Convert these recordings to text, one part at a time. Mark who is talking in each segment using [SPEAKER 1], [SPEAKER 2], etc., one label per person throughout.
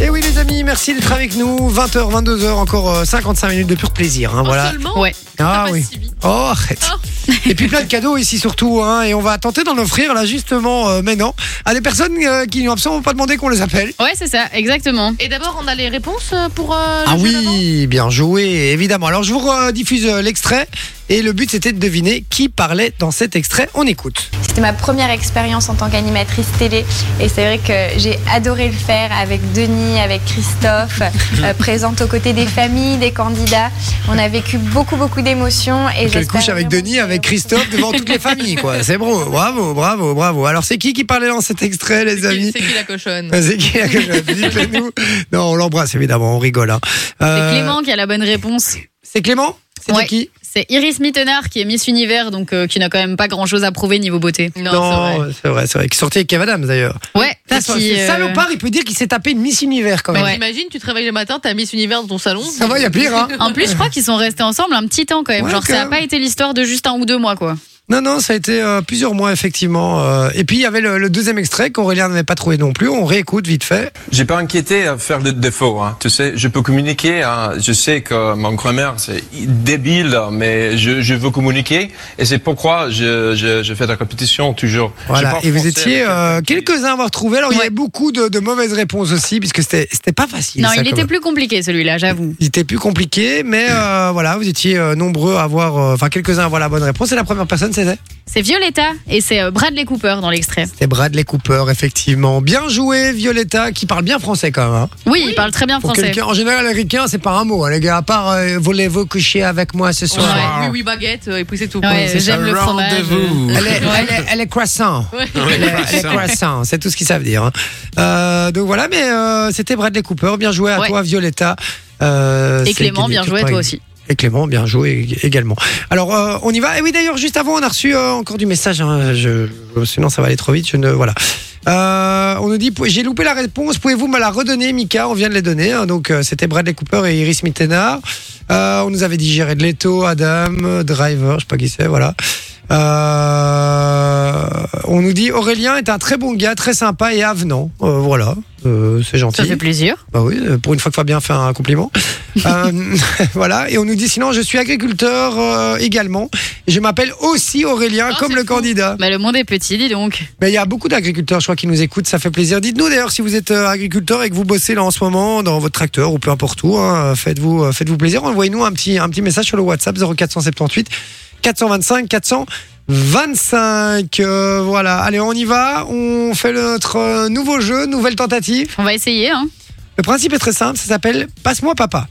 [SPEAKER 1] Et Eh oui les amis, merci d'être avec nous. 20h, 22h, encore euh, 55 minutes de pur plaisir. hein, voilà.
[SPEAKER 2] Seulement,
[SPEAKER 3] Ouais.
[SPEAKER 1] Ah
[SPEAKER 2] pas
[SPEAKER 1] oui.
[SPEAKER 2] si vite.
[SPEAKER 1] Oh arrête. Et puis plein de cadeaux ici surtout. hein, et on va tenter d'en offrir là justement euh, maintenant à des personnes euh, qui n'ont absolument pas demandé qu'on les appelle.
[SPEAKER 3] Ouais, c'est ça, exactement.
[SPEAKER 2] Et d'abord, on a les réponses euh, pour. euh, le
[SPEAKER 1] Ah
[SPEAKER 2] jeu d'avant
[SPEAKER 1] oui, bien joué, évidemment. Alors je vous diffuse l'extrait et le but c'était de deviner qui parlait dans cet extrait. On écoute.
[SPEAKER 4] C'était ma première expérience en tant qu'animatrice télé et c'est vrai que j'ai adoré le faire avec Denis, avec Christophe, euh, présente aux côtés des familles, des candidats. On a vécu beaucoup, beaucoup d'émotions et
[SPEAKER 1] Quelle
[SPEAKER 4] j'espère
[SPEAKER 1] couche avec
[SPEAKER 4] vraiment
[SPEAKER 1] Denis,
[SPEAKER 4] que-
[SPEAKER 1] avec Christophe devant toutes les familles, quoi. C'est bravo, bravo, bravo, bravo. Alors c'est qui qui parlait dans cet extrait, les
[SPEAKER 2] C'est qui-
[SPEAKER 1] amis
[SPEAKER 2] c'est qui la cochonne
[SPEAKER 1] C'est qui la cochonne Dites-le nous. Non, on l'embrasse évidemment, on rigole. hein. Euh,
[SPEAKER 3] C'est Clément qui a la bonne réponse.
[SPEAKER 1] C'est Clément C'était
[SPEAKER 3] Ouais.
[SPEAKER 1] qui
[SPEAKER 3] C'est Iris Mittenard qui est Miss Univers, donc euh, qui n'a quand même pas grand chose à prouver niveau beauté.
[SPEAKER 2] Non, c'est vrai.
[SPEAKER 1] c'est vrai, c'est vrai. Qui sortait avec Kev Adams d'ailleurs.
[SPEAKER 3] Ouais,
[SPEAKER 1] Putain,
[SPEAKER 3] et qui,
[SPEAKER 1] ce
[SPEAKER 3] euh,
[SPEAKER 1] Salopard, il peut dire qu'il s'est tapé une Miss Univers quand même.
[SPEAKER 2] Bah,
[SPEAKER 3] Ouais.
[SPEAKER 2] T'imagines, tu travailles le matin, t'as Miss Univers dans ton salon.
[SPEAKER 1] Ça va, il y a pire, hein.
[SPEAKER 3] En plus, je crois qu'ils sont restés ensemble un petit temps quand même.
[SPEAKER 1] Ouais,
[SPEAKER 3] Genre,
[SPEAKER 1] quand
[SPEAKER 3] ça n'a
[SPEAKER 1] même.
[SPEAKER 3] pas été l'histoire de juste un ou deux mois, quoi.
[SPEAKER 1] Non, non, ça a été euh, plusieurs mois, effectivement. euh, et puis, il y avait le, le deuxième extrait qu'Aurélien n'avait pas trouvé non plus. On réécoute vite fait.
[SPEAKER 5] J'ai pas inquiété à faire de défauts. Hein. Tu sais, je peux communiquer. hein. Je sais que mon grammaire c'est débile, mais je, je veux communiquer et c'est pourquoi je, je, je fais de la répétition toujours. Je
[SPEAKER 1] Voilà.
[SPEAKER 5] parle
[SPEAKER 1] Et vous
[SPEAKER 5] français
[SPEAKER 1] étiez
[SPEAKER 5] avec
[SPEAKER 1] euh,
[SPEAKER 5] quelqu'un qui-
[SPEAKER 1] quelques-uns à avoir trouvé. Alors, il y avait beaucoup de, de mauvaises réponses aussi, puisque c'était c'était pas facile.
[SPEAKER 3] non,
[SPEAKER 1] ça,
[SPEAKER 3] il
[SPEAKER 1] quand
[SPEAKER 3] était
[SPEAKER 1] même.
[SPEAKER 3] plus compliqué celui-là, j'avoue.
[SPEAKER 1] Il était plus compliqué, mais euh, voilà, vous étiez euh, nombreux à avoir, euh, enfin quelques-uns à avoir la bonne réponse. Et la première personne, c'était
[SPEAKER 3] C'est Violetta et c'est euh, Bradley Cooper dans l'extrait.
[SPEAKER 1] C'était Bradley Cooper, effectivement. Bien joué, Violetta, qui parle bien français quand même. hein.
[SPEAKER 3] Oui, il parle très bien
[SPEAKER 1] Pour
[SPEAKER 3] français.
[SPEAKER 1] quelqu'un, en général, américain, c'est pas un mot, hein, les gars. À part, euh, voulez-vous coucher avec moi ce
[SPEAKER 2] Ouais,
[SPEAKER 1] soir
[SPEAKER 2] Oui, oui, baguette, euh, et puis c'est tout.
[SPEAKER 3] Ouais,
[SPEAKER 2] C'est
[SPEAKER 3] J'aime
[SPEAKER 2] ça.
[SPEAKER 3] le fromage.
[SPEAKER 1] Elle est, elle est- elle est croissant.
[SPEAKER 2] Ouais.
[SPEAKER 1] Elle est- elle est croissant, c'est tout ce qu'ils savent dire. hein. Euh, donc voilà, mais euh, c'était Bradley Cooper. Bien joué à
[SPEAKER 3] Ouais.
[SPEAKER 1] toi, Violetta. Euh,
[SPEAKER 3] Et
[SPEAKER 1] c'est
[SPEAKER 3] Clément,
[SPEAKER 1] gagné
[SPEAKER 3] bien
[SPEAKER 1] tout
[SPEAKER 3] joué,
[SPEAKER 1] le temps.
[SPEAKER 3] toi aussi.
[SPEAKER 1] Et Clément, bien joué ég- également. Alors, euh, on y va. Et oui, d'ailleurs, juste avant, on a reçu euh, encore du message. hein. Je- je- sinon, ça va aller trop vite. Je ne, voilà. Euh, on nous dit, j'ai loupé la réponse. Pouvez-vous me la redonner, Mika On vient de les donner. hein. Donc, euh, c'était Bradley Cooper et Iris Mittenard. Euh, on nous avait dit Jared Leto, Adam, euh, Driver, je sais pas qui c'est, voilà. Euh, on nous dit Aurélien est un très bon gars, très sympa et avenant. Euh, voilà, Euh, c'est gentil.
[SPEAKER 3] Ça fait plaisir.
[SPEAKER 1] Bah oui, euh, pour une fois que Fabien fait un compliment. Euh, voilà, et on nous dit sinon, je suis agriculteur euh, également. Je m'appelle aussi Aurélien,
[SPEAKER 2] Oh,
[SPEAKER 1] comme
[SPEAKER 2] c'est
[SPEAKER 1] le
[SPEAKER 2] fou.
[SPEAKER 1] candidat.
[SPEAKER 3] Bah, le monde est petit, dis donc.
[SPEAKER 1] Mais Ben, il y a beaucoup d'agriculteurs, je crois, qui nous écoutent, ça fait plaisir. Dites-nous d'ailleurs si vous êtes euh, agriculteur et que vous bossez là en ce moment dans votre tracteur ou peu importe où, hein, euh, faites-vous euh, faites-vous plaisir. Envoyez-nous un petit, un petit message sur le WhatsApp 0478 425 425. Euh, voilà, allez, on y va. On fait notre euh, nouveau jeu, nouvelle tentative.
[SPEAKER 3] On va essayer, hein.
[SPEAKER 1] Le principe est très simple, ça s'appelle Passe-moi papa.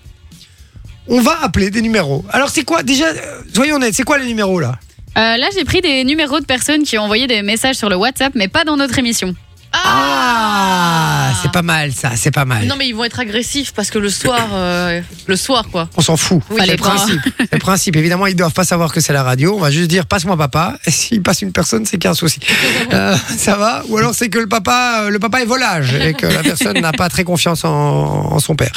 [SPEAKER 1] On va appeler des numéros. Alors c'est quoi déjà euh, Soyons honnêtes, c'est quoi les numéros là
[SPEAKER 3] Euh, là, j'ai pris des numéros de personnes qui ont envoyé des messages sur le WhatsApp, mais pas dans notre émission.
[SPEAKER 1] Ah, c'est pas mal ça, c'est pas mal.
[SPEAKER 2] Non, mais ils vont être agressifs parce que le soir, euh, le soir quoi.
[SPEAKER 1] On s'en fout.
[SPEAKER 3] Oui,
[SPEAKER 1] c'est le
[SPEAKER 3] les bras.
[SPEAKER 1] principe. C'est le principe. Évidemment, ils doivent pas savoir que c'est la radio. On va juste dire passe-moi papa. Et s'il passe une personne, c'est qu'il y a un souci. Euh, ça va Ou alors c'est que le papa, euh, le papa est volage et que la personne n'a pas très confiance en, en son père.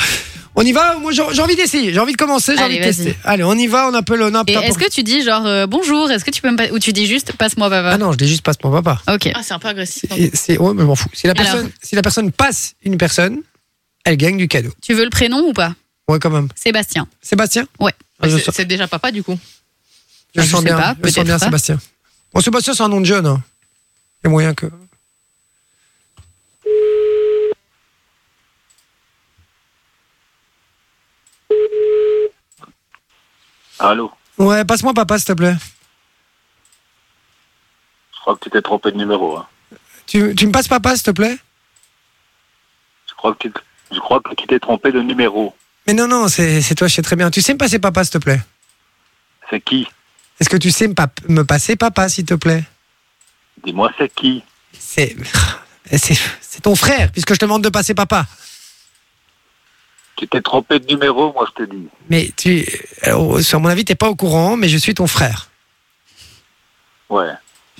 [SPEAKER 1] On y va Moi, j'ai j'ai envie d'essayer. J'ai envie de commencer. J'ai
[SPEAKER 3] Allez,
[SPEAKER 1] envie de
[SPEAKER 3] vas-y.
[SPEAKER 1] tester. Allez, on y va. On appelle on
[SPEAKER 3] Et
[SPEAKER 1] appelle-
[SPEAKER 3] est-ce que tu dis genre euh, bonjour, est-ce que tu peux me. pa- Ou tu dis juste passe-moi,
[SPEAKER 1] Ah
[SPEAKER 3] papa
[SPEAKER 1] non, je dis juste passe-moi papa.
[SPEAKER 3] Ok.
[SPEAKER 2] Ah, c'est un peu agressif. hein.
[SPEAKER 1] Et C'est ouais, mais je m'en fous. Si la
[SPEAKER 3] Alors.
[SPEAKER 1] personne, si la personne passe une personne, elle gagne du cadeau.
[SPEAKER 3] Tu veux le prénom ou pas
[SPEAKER 1] Ouais, quand même.
[SPEAKER 3] Sébastien.
[SPEAKER 1] Sébastien.
[SPEAKER 3] Ouais.
[SPEAKER 1] Ah, je
[SPEAKER 2] C'est-
[SPEAKER 1] sens,
[SPEAKER 2] C'est déjà papa du coup.
[SPEAKER 1] je
[SPEAKER 3] je
[SPEAKER 1] sens
[SPEAKER 3] sais
[SPEAKER 1] bien. je
[SPEAKER 3] pas,
[SPEAKER 1] sens
[SPEAKER 3] peut-être
[SPEAKER 1] bien
[SPEAKER 3] pas.
[SPEAKER 1] Sébastien. Bon, Sébastien, c'est un nom de jeune. hein. Il y a moyen que.
[SPEAKER 6] Allô,
[SPEAKER 1] Ouais, passe-moi papa, s'il te plaît.
[SPEAKER 6] je crois que tu t'es trompé de numéro. Hein.
[SPEAKER 1] Tu, tu me passes papa, s'il te plaît.
[SPEAKER 6] Je crois que tu t- je crois que tu t'es trompé de numéro.
[SPEAKER 1] Mais non, non, c'est c'est toi, je sais très bien. Tu sais me passer papa, s'il te plaît.
[SPEAKER 6] C'est qui
[SPEAKER 1] Est-ce que tu sais me, pa- me passer papa, s'il te plaît
[SPEAKER 6] Dis-moi, c'est qui
[SPEAKER 1] C'est c'est c'est ton frère, puisque je te demande de passer papa.
[SPEAKER 6] Tu t'es trompé de numéro, moi je te dis.
[SPEAKER 1] Mais tu, alors, à mon avis, t'es pas au courant, mais je suis ton frère.
[SPEAKER 6] Ouais.
[SPEAKER 1] Je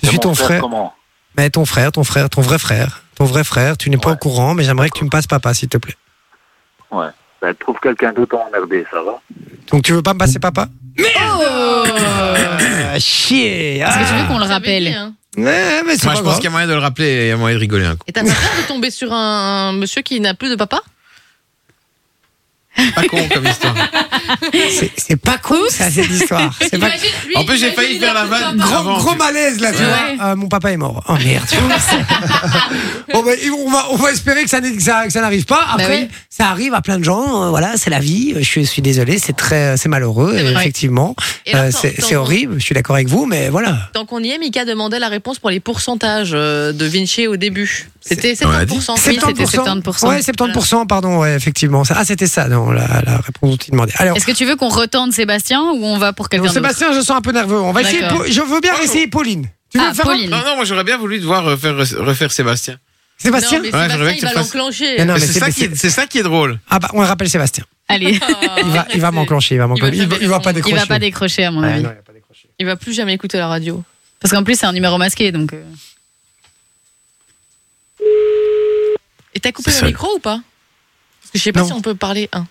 [SPEAKER 6] C'est
[SPEAKER 1] suis
[SPEAKER 6] mon
[SPEAKER 1] ton frère.
[SPEAKER 6] Comment
[SPEAKER 1] Mais ton frère, ton frère, ton vrai frère, ton vrai frère, tu n'es pas
[SPEAKER 6] Ouais.
[SPEAKER 1] au courant, mais j'aimerais que tu me passes papa, s'il te plaît.
[SPEAKER 6] ben, Trouve quelqu'un d'autre à emmerder, ça va
[SPEAKER 1] Donc tu veux pas me passer papa Euh,
[SPEAKER 7] Ah,
[SPEAKER 1] Chier
[SPEAKER 3] Est-ce que tu veux qu'on le
[SPEAKER 2] Ah, Ça avait dit,
[SPEAKER 3] rappelle
[SPEAKER 2] hein.
[SPEAKER 1] Ouais, mais c'est
[SPEAKER 7] Moi,
[SPEAKER 1] pas
[SPEAKER 7] je pense
[SPEAKER 1] grave.
[SPEAKER 7] hein. qu'il y a moyen de le rappeler et il y a moyen de rigoler un coup.
[SPEAKER 2] Et t'as pas peur de tomber sur un monsieur qui n'a plus de papa
[SPEAKER 7] pas con comme histoire.
[SPEAKER 1] C'est- C'est pas con ça, cette histoire. C'est pas-
[SPEAKER 7] En plus, j'ai failli faire la vanne.
[SPEAKER 1] Grand,
[SPEAKER 7] Avant,
[SPEAKER 1] gros
[SPEAKER 7] tu-
[SPEAKER 1] malaise là, tu
[SPEAKER 3] Ouais.
[SPEAKER 1] vois. Euh, mon papa est mort. Oh merde. tu vois. bon, bah, on, va, on va espérer que ça, n'est- que ça, que ça n'arrive pas. Après,
[SPEAKER 3] oui.
[SPEAKER 1] ça arrive à plein de gens. euh, voilà, c'est la vie. Je suis, je suis désolé, c'est très, euh, c'est malheureux,
[SPEAKER 2] C'est vrai.
[SPEAKER 1] effectivement.
[SPEAKER 2] Et alors,
[SPEAKER 1] Euh,
[SPEAKER 2] tant-
[SPEAKER 1] c'est
[SPEAKER 2] tant-
[SPEAKER 1] c'est horrible. Je suis d'accord avec vous, mais voilà.
[SPEAKER 2] Tant qu'on y est, Mika demandait la réponse pour les pourcentages euh, de Vinci au début. C'était
[SPEAKER 7] On l'a dit.
[SPEAKER 2] 70%.
[SPEAKER 3] Oui, c'était 70%.
[SPEAKER 1] Ouais, 70%, pardon, ouais, effectivement. Ça- Ah, c'était ça, non, la, la réponse dont il demandait. Alors,
[SPEAKER 3] Est-ce que tu veux qu'on retente Sébastien ou on va pour
[SPEAKER 1] non,
[SPEAKER 3] quelqu'un d'autre
[SPEAKER 1] Sébastien, je sens un peu nerveux. On va essayer.
[SPEAKER 3] D'accord.
[SPEAKER 1] Pau- Je veux bien essayer Pauline. Tu veux
[SPEAKER 3] Ah,
[SPEAKER 1] faire un- hein?
[SPEAKER 3] Pauline.
[SPEAKER 7] Non, non, moi j'aurais bien voulu te voir refaire, refaire Sébastien.
[SPEAKER 1] Sébastien
[SPEAKER 2] Non, mais
[SPEAKER 7] Ouais, j'aimerais
[SPEAKER 2] Sébastien,
[SPEAKER 7] que
[SPEAKER 2] il
[SPEAKER 7] tu
[SPEAKER 2] va
[SPEAKER 7] fasses-
[SPEAKER 2] l'enclencher.
[SPEAKER 1] Non, non,
[SPEAKER 7] Mais
[SPEAKER 1] mais
[SPEAKER 7] C'est
[SPEAKER 1] c'est-
[SPEAKER 7] ça, qui est- c'est ça qui est drôle.
[SPEAKER 1] Ah, bah, on rappelle Sébastien.
[SPEAKER 3] Allez,
[SPEAKER 2] Ah,
[SPEAKER 1] Il va, il va m'enclencher, il va m'enclencher.
[SPEAKER 2] Il va
[SPEAKER 1] Il, va- il va pas décrocher.
[SPEAKER 3] il va pas décrocher à mon
[SPEAKER 1] Ouais,
[SPEAKER 3] avis.
[SPEAKER 1] non, il va pas décrocher.
[SPEAKER 2] Il va plus jamais écouter la radio.
[SPEAKER 3] Parce qu'en plus, c'est un numéro masqué, donc. euh,
[SPEAKER 2] Et t'as coupé le
[SPEAKER 7] C'est seul.
[SPEAKER 2] micro ou pas Parce que je sais pas
[SPEAKER 1] Non.
[SPEAKER 2] si on peut parler un.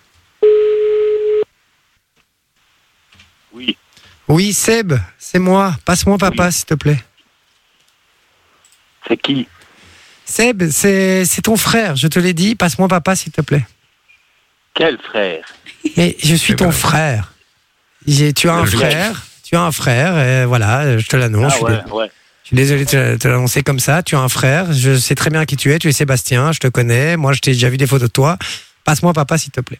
[SPEAKER 6] Oui,
[SPEAKER 1] Oui, Seb, c'est moi. Passe-moi papa, s'il te plaît.
[SPEAKER 6] c'est qui
[SPEAKER 1] Seb, c'est c'est ton frère, je te l'ai dit. Passe-moi papa, s'il te plaît.
[SPEAKER 6] Quel frère
[SPEAKER 1] Mais je suis
[SPEAKER 7] Eh
[SPEAKER 1] ton
[SPEAKER 7] ben.
[SPEAKER 1] frère. J'ai- Tu as un
[SPEAKER 7] Le
[SPEAKER 1] frère. Tu as un frère, et voilà, je te l'annonce.
[SPEAKER 6] Ah
[SPEAKER 1] je, suis dé-
[SPEAKER 6] ouais, ouais.
[SPEAKER 1] je suis désolé de te- te l'annoncer comme ça. Tu as un frère, je sais très bien qui tu es. Tu es Sébastien, je te connais. Moi, je t'ai déjà vu des photos de toi. Passe-moi papa, s'il te plaît.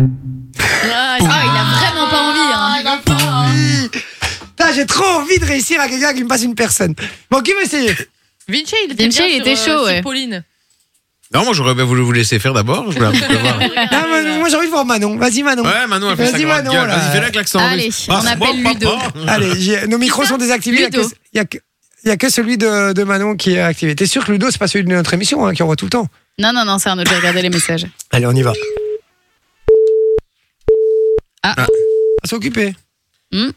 [SPEAKER 2] Ah,
[SPEAKER 3] Ah, il a vraiment pas envie. hein.
[SPEAKER 1] Putain, J'ai trop envie de réussir à quelqu'un qui me passe une personne. Bon, qui veut essayer
[SPEAKER 2] Vinci, il était,
[SPEAKER 3] Vinci,
[SPEAKER 2] bien
[SPEAKER 3] il
[SPEAKER 2] sur,
[SPEAKER 3] était
[SPEAKER 2] euh,
[SPEAKER 3] chaud,
[SPEAKER 2] sur
[SPEAKER 3] ouais.
[SPEAKER 2] Pauline.
[SPEAKER 7] Non, moi j'aurais bien voulu vous laisser faire d'abord. Je voulais un petit peu voir.
[SPEAKER 1] Non, Ah,
[SPEAKER 2] euh,
[SPEAKER 1] mais moi j'ai envie de voir Manon. Vas-y Manon.
[SPEAKER 7] Ouais, Manon, elle fait
[SPEAKER 1] Vas-y,
[SPEAKER 7] sa grande
[SPEAKER 1] Manon,
[SPEAKER 7] gueule.
[SPEAKER 1] là.
[SPEAKER 7] Vas-y, fais-la avec l'accent
[SPEAKER 3] Allez,
[SPEAKER 7] russe.
[SPEAKER 3] on
[SPEAKER 7] Passe-moi,
[SPEAKER 3] appelle
[SPEAKER 7] papa.
[SPEAKER 3] Ludo.
[SPEAKER 1] Allez, j'ai- nos micros sont désactivés. Il
[SPEAKER 3] Ludo.
[SPEAKER 1] n'y a, que- il y a que celui de, de Manon qui est activé. T'es sûr que Ludo, c'est pas celui de notre émission hein, qui envoie tout le temps
[SPEAKER 3] Non, non, non, c'est un autre. J'ai regardé les messages.
[SPEAKER 1] Allez, on y va.
[SPEAKER 3] Ah.
[SPEAKER 1] Ah, C'est occupé. Mm.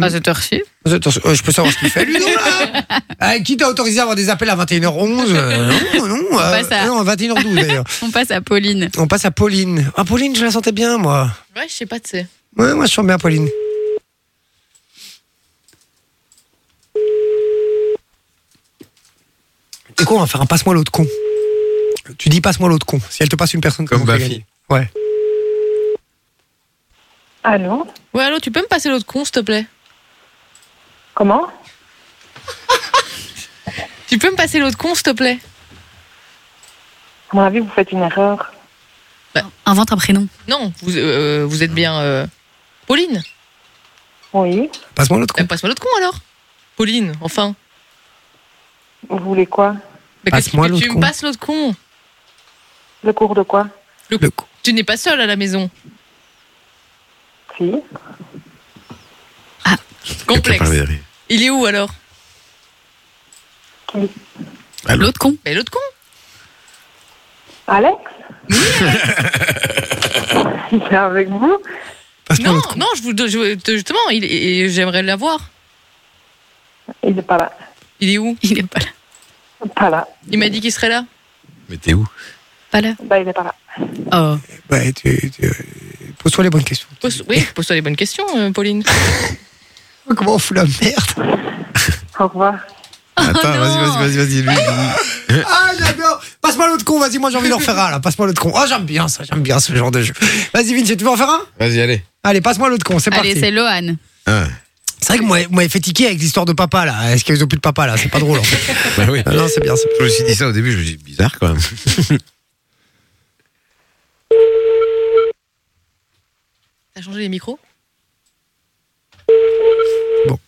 [SPEAKER 3] Ah, je te reçu.
[SPEAKER 1] Attends, euh, je peux savoir ce qu'il fait, Ludo, là Ah, Qui t'a autorisé à avoir des appels à 21h11 euh, Non, non. On
[SPEAKER 3] passe à-
[SPEAKER 1] Non, 21h12 d'ailleurs.
[SPEAKER 3] On passe à Pauline.
[SPEAKER 1] On passe à Pauline. Ah, Pauline, je la sentais bien, moi.
[SPEAKER 2] Ouais, je sais pas, tu sais.
[SPEAKER 1] Ouais, moi, je sens bien Pauline. Du coup, on va faire un passe-moi l'autre con. Tu dis passe-moi l'autre con. Si elle te passe une personne
[SPEAKER 7] Comme
[SPEAKER 1] comment on fait
[SPEAKER 7] Bafi.
[SPEAKER 1] gagner Ouais.
[SPEAKER 8] Allô
[SPEAKER 2] Ouais, allô, tu peux me passer l'autre con, s'il te plaît
[SPEAKER 8] Comment
[SPEAKER 2] Tu peux me passer l'autre con, s'il te plaît
[SPEAKER 8] À mon avis, vous faites une erreur.
[SPEAKER 3] Invente un prénom.
[SPEAKER 2] Non, vous, euh, vous êtes bien. euh, Pauline
[SPEAKER 8] Oui.
[SPEAKER 1] Passe-moi l'autre
[SPEAKER 2] Bah,
[SPEAKER 1] con.
[SPEAKER 2] Passe-moi l'autre con alors Pauline, enfin.
[SPEAKER 8] Vous voulez quoi
[SPEAKER 2] Mais qu'est-ce
[SPEAKER 1] Passe-moi
[SPEAKER 2] que
[SPEAKER 1] l'autre
[SPEAKER 2] tu
[SPEAKER 1] con.
[SPEAKER 2] me passes l'autre con
[SPEAKER 8] Le cours de quoi
[SPEAKER 1] Le con.
[SPEAKER 2] Tu n'es pas seule à la maison.
[SPEAKER 8] Si.
[SPEAKER 2] Complexe. Il est où alors
[SPEAKER 3] L'autre con.
[SPEAKER 2] Mais l'autre con
[SPEAKER 8] Alex Il est avec vous
[SPEAKER 1] Passe-moi
[SPEAKER 2] Non,
[SPEAKER 1] l'autre con.
[SPEAKER 2] non, je vous, je- je- justement, il, et j'aimerais l'avoir.
[SPEAKER 8] Il n'est pas là.
[SPEAKER 2] Il est où
[SPEAKER 3] Il est pas là.
[SPEAKER 8] Pas là.
[SPEAKER 2] Il m'a dit qu'il serait là.
[SPEAKER 7] Mais t'es où
[SPEAKER 3] Pas là.
[SPEAKER 8] Bah, il n'est pas là.
[SPEAKER 3] Oh.
[SPEAKER 1] Ouais, tu, tu- euh, pose-toi les bonnes questions.
[SPEAKER 2] Pose- oui, pose-toi les bonnes questions, euh, Pauline.
[SPEAKER 1] Oh, Comment on fout la merde
[SPEAKER 8] Au revoir.
[SPEAKER 7] Attends,
[SPEAKER 3] non.
[SPEAKER 7] vas-y, vas-y, vas-y, vas-y. Lui, lui.
[SPEAKER 1] Ah, j'adore Passe-moi l'autre con, vas-y, moi j'ai envie d'en faire un, là. Passe-moi l'autre con. Oh, j'aime bien ça, j'aime bien ce genre de jeu. Vas-y, Vinci, tu veux en faire un
[SPEAKER 7] Vas-y, allez.
[SPEAKER 1] Allez, passe-moi l'autre con, c'est
[SPEAKER 3] Oh. Allez,
[SPEAKER 1] parti.
[SPEAKER 3] c'est Lohan.
[SPEAKER 7] Ah,
[SPEAKER 1] C'est vrai que moi, vous m'avez fait tiquer avec l'histoire de papa, là. Est-ce qu'ils ont plus de papa, là C'est pas drôle, en fait.
[SPEAKER 7] bah oui.
[SPEAKER 1] Ah, Non, c'est bien, ça.
[SPEAKER 7] Je me suis dit ça au début, je me suis dit bizarre quand même.
[SPEAKER 2] T'as changé les micros
[SPEAKER 1] Bon.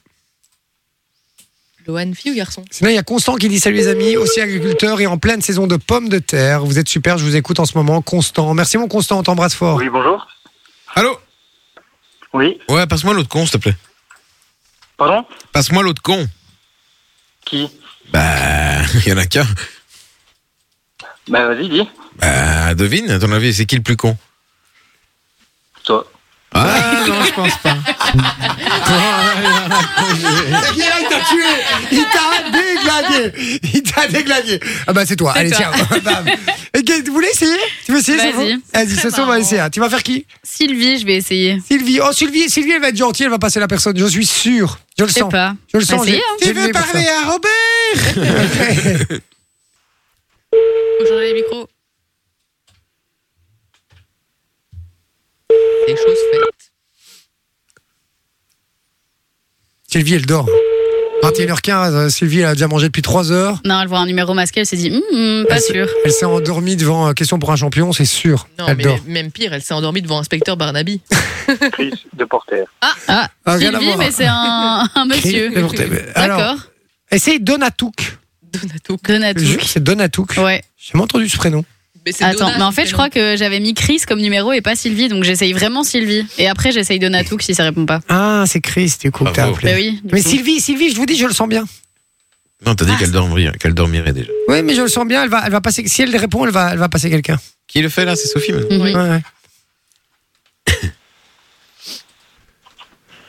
[SPEAKER 2] Lohan, fille ou garçon
[SPEAKER 1] Sinon, il y a Constant qui dit Salut les amis, aussi agriculteur et en pleine saison de pommes de terre. Vous êtes super, je vous écoute en ce moment. Constant. Merci, mon Constant, on t'embrasse fort.
[SPEAKER 6] Oui, bonjour.
[SPEAKER 7] Allô
[SPEAKER 6] Oui,
[SPEAKER 7] Ouais, passe-moi l'autre con, s'il te plaît.
[SPEAKER 6] pardon
[SPEAKER 7] Passe-moi l'autre con.
[SPEAKER 6] Qui
[SPEAKER 7] Bah, il y en a qu'un.
[SPEAKER 6] Bah vas-y, dis.
[SPEAKER 7] Bah, devine, à ton avis, c'est qui le plus con
[SPEAKER 6] Toi.
[SPEAKER 7] Ah, non, je pense pas.
[SPEAKER 1] il t'a tué Il t'a déglingué Il t'a déglingué Ah bah, c'est toi. Allez, tiens. Bam. Et que- Vous voulez essayer Tu veux essayer,
[SPEAKER 3] Vas-y.
[SPEAKER 1] Sophie Vas-y, ce soir, on va
[SPEAKER 3] marrant.
[SPEAKER 1] essayer. Tu vas faire qui
[SPEAKER 3] Sylvie, je vais essayer.
[SPEAKER 1] Sylvie. Oh, Sylvie, Sylvie, elle va être gentille, elle va passer la personne. Je suis sûr. Je le
[SPEAKER 3] Je sais
[SPEAKER 1] sens.
[SPEAKER 3] pas.
[SPEAKER 1] Je le
[SPEAKER 3] Bah,
[SPEAKER 1] sens.
[SPEAKER 3] essayez,
[SPEAKER 1] j'ai-
[SPEAKER 3] hein.
[SPEAKER 1] j'ai
[SPEAKER 3] Tu
[SPEAKER 1] le nez
[SPEAKER 3] veux
[SPEAKER 1] pour
[SPEAKER 3] parler
[SPEAKER 1] ça.
[SPEAKER 2] Faut changer les micros. des choses faites.
[SPEAKER 1] Sylvie, elle dort. 21h15, euh, Sylvie, elle a déjà mangé depuis 3 heures.
[SPEAKER 3] Non, elle voit un numéro masqué, elle s'est dit, Hum, hum, pas
[SPEAKER 1] Elle s'est-
[SPEAKER 3] sûr.
[SPEAKER 1] Elle s'est endormie devant euh, Question pour un champion, c'est sûr.
[SPEAKER 2] Non,
[SPEAKER 1] elle
[SPEAKER 2] mais
[SPEAKER 1] dort.
[SPEAKER 2] même pire, elle s'est endormie devant inspecteur Barnaby.
[SPEAKER 6] Crise de porter.
[SPEAKER 3] Ah,
[SPEAKER 1] Ah, rien à
[SPEAKER 3] Sylvie,
[SPEAKER 1] voir.
[SPEAKER 3] mais c'est un, un monsieur.
[SPEAKER 1] Crise de porter, mais euh, Alors,
[SPEAKER 3] D'accord.
[SPEAKER 1] essaye Donatouk.
[SPEAKER 2] Donato.
[SPEAKER 1] Je
[SPEAKER 3] Donatou.
[SPEAKER 1] jure que C'est Donatouk.
[SPEAKER 3] Ouais.
[SPEAKER 1] J'ai jamais entendu ce prénom.
[SPEAKER 2] Mais c'est
[SPEAKER 3] Attends,
[SPEAKER 2] Donna,
[SPEAKER 3] mais en
[SPEAKER 2] son
[SPEAKER 3] fait, je
[SPEAKER 2] prénom.
[SPEAKER 3] crois que j'avais mis Chris comme numéro et pas Sylvie, donc j'essaye vraiment Sylvie. Et après, j'essaye Donatouk si ça répond pas.
[SPEAKER 1] Ah, c'est Chris, du coup, que t'as
[SPEAKER 7] Bravo.
[SPEAKER 1] appelé.
[SPEAKER 3] Bah oui. du
[SPEAKER 1] Mais
[SPEAKER 3] coup.
[SPEAKER 1] Sylvie, Sylvie, je vous dis, je le sens bien.
[SPEAKER 7] Non, t'as dit qu'elle dormirait, qu'elle dormirait déjà.
[SPEAKER 1] Oui, mais je le sens bien. Elle va, elle va passer. Si elle répond, elle va, elle va passer quelqu'un.
[SPEAKER 7] Qui le fait là C'est Sophie maintenant.
[SPEAKER 3] Mhm.
[SPEAKER 1] Ouais, ouais.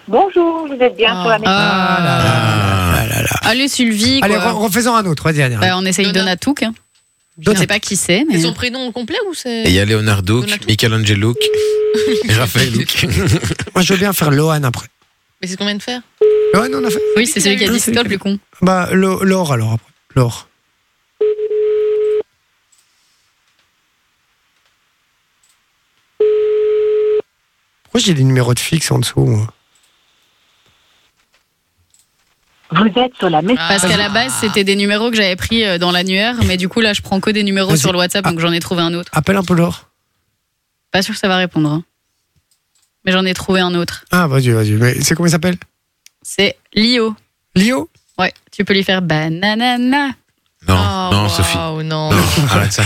[SPEAKER 8] Bonjour, vous êtes bien
[SPEAKER 2] Ah.
[SPEAKER 8] sur la maison.
[SPEAKER 1] Ah
[SPEAKER 3] Ah.
[SPEAKER 1] là là là là là.
[SPEAKER 3] Allez, Sylvie. Quoi.
[SPEAKER 1] Ah. Allez, re- refaisons un autre. Vas-y, allez, allez.
[SPEAKER 3] Bah, on essaye
[SPEAKER 2] Donna.
[SPEAKER 3] Donatouk. Hein. Je
[SPEAKER 1] Donna-
[SPEAKER 3] sais pas qui c'est, mais.
[SPEAKER 2] C'est son prénom complet ou c'est.
[SPEAKER 7] Et il y a Leonardo,
[SPEAKER 2] Donato.
[SPEAKER 7] Michelangelo, Raphaël.
[SPEAKER 1] Moi, je veux bien faire Lohan après.
[SPEAKER 2] Mais c'est combien de faire
[SPEAKER 1] Lohan, on a fait.
[SPEAKER 3] Oui, c'est celui qui a dit
[SPEAKER 1] Oui,
[SPEAKER 3] c'est toi le plus con.
[SPEAKER 1] Bah, Lo- Laure alors après. Laure. Pourquoi j'ai des numéros de fixe en dessous moi
[SPEAKER 8] Vous êtes sur la maison.
[SPEAKER 3] Parce qu'à
[SPEAKER 1] Ah.
[SPEAKER 3] la base, c'était des numéros que j'avais pris euh, dans l'annuaire, mais du coup, là, je prends que des numéros
[SPEAKER 1] Vas-y.
[SPEAKER 3] sur le WhatsApp, donc j'en ai trouvé un autre.
[SPEAKER 1] Appelle un peu Laure.
[SPEAKER 3] Pas sûr que ça va répondre. hein. Mais j'en ai trouvé un autre.
[SPEAKER 1] Ah, vas-y, vas-y. Mais c'est comment il s'appelle
[SPEAKER 3] C'est Lio.
[SPEAKER 1] Lio
[SPEAKER 3] Ouais, tu peux lui faire bananana.
[SPEAKER 7] Non,
[SPEAKER 2] Oh,
[SPEAKER 7] non,
[SPEAKER 2] waouh,
[SPEAKER 7] Sophie.
[SPEAKER 2] non.
[SPEAKER 7] Non, arrête ça.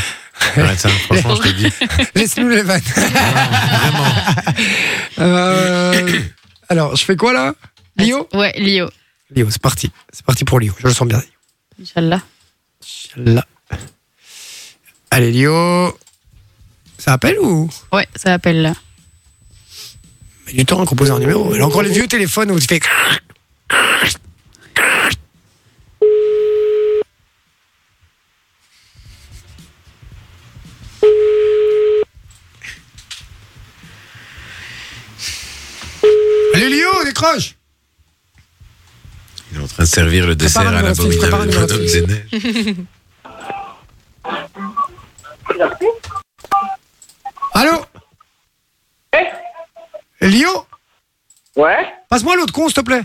[SPEAKER 7] Arrête ça. Franchement, je te dis.
[SPEAKER 1] Laisse-nous les vannes. Euh, alors, je fais quoi là Lio
[SPEAKER 3] Ouais, Lio.
[SPEAKER 1] Lio, c'est parti. C'est parti pour Lio. Je le sens bien.
[SPEAKER 3] Inch'Allah.
[SPEAKER 1] Là. Allez, Lio. Ça appelle ou
[SPEAKER 3] Ouais, ça appelle là.
[SPEAKER 1] met du temps à composer un numéro. Elle a encore les vieux téléphones où tu fais. Allez, Lio, décroche
[SPEAKER 7] Il est en train de servir le dessert
[SPEAKER 1] un
[SPEAKER 7] à la
[SPEAKER 1] numéro fixe, prépare un
[SPEAKER 7] bonne
[SPEAKER 1] numéro
[SPEAKER 7] bonhomme
[SPEAKER 1] fixe.
[SPEAKER 7] des neiges.
[SPEAKER 1] Allô Eh, Lio,
[SPEAKER 6] Ouais
[SPEAKER 1] passe-moi l'autre con, s'il te plaît.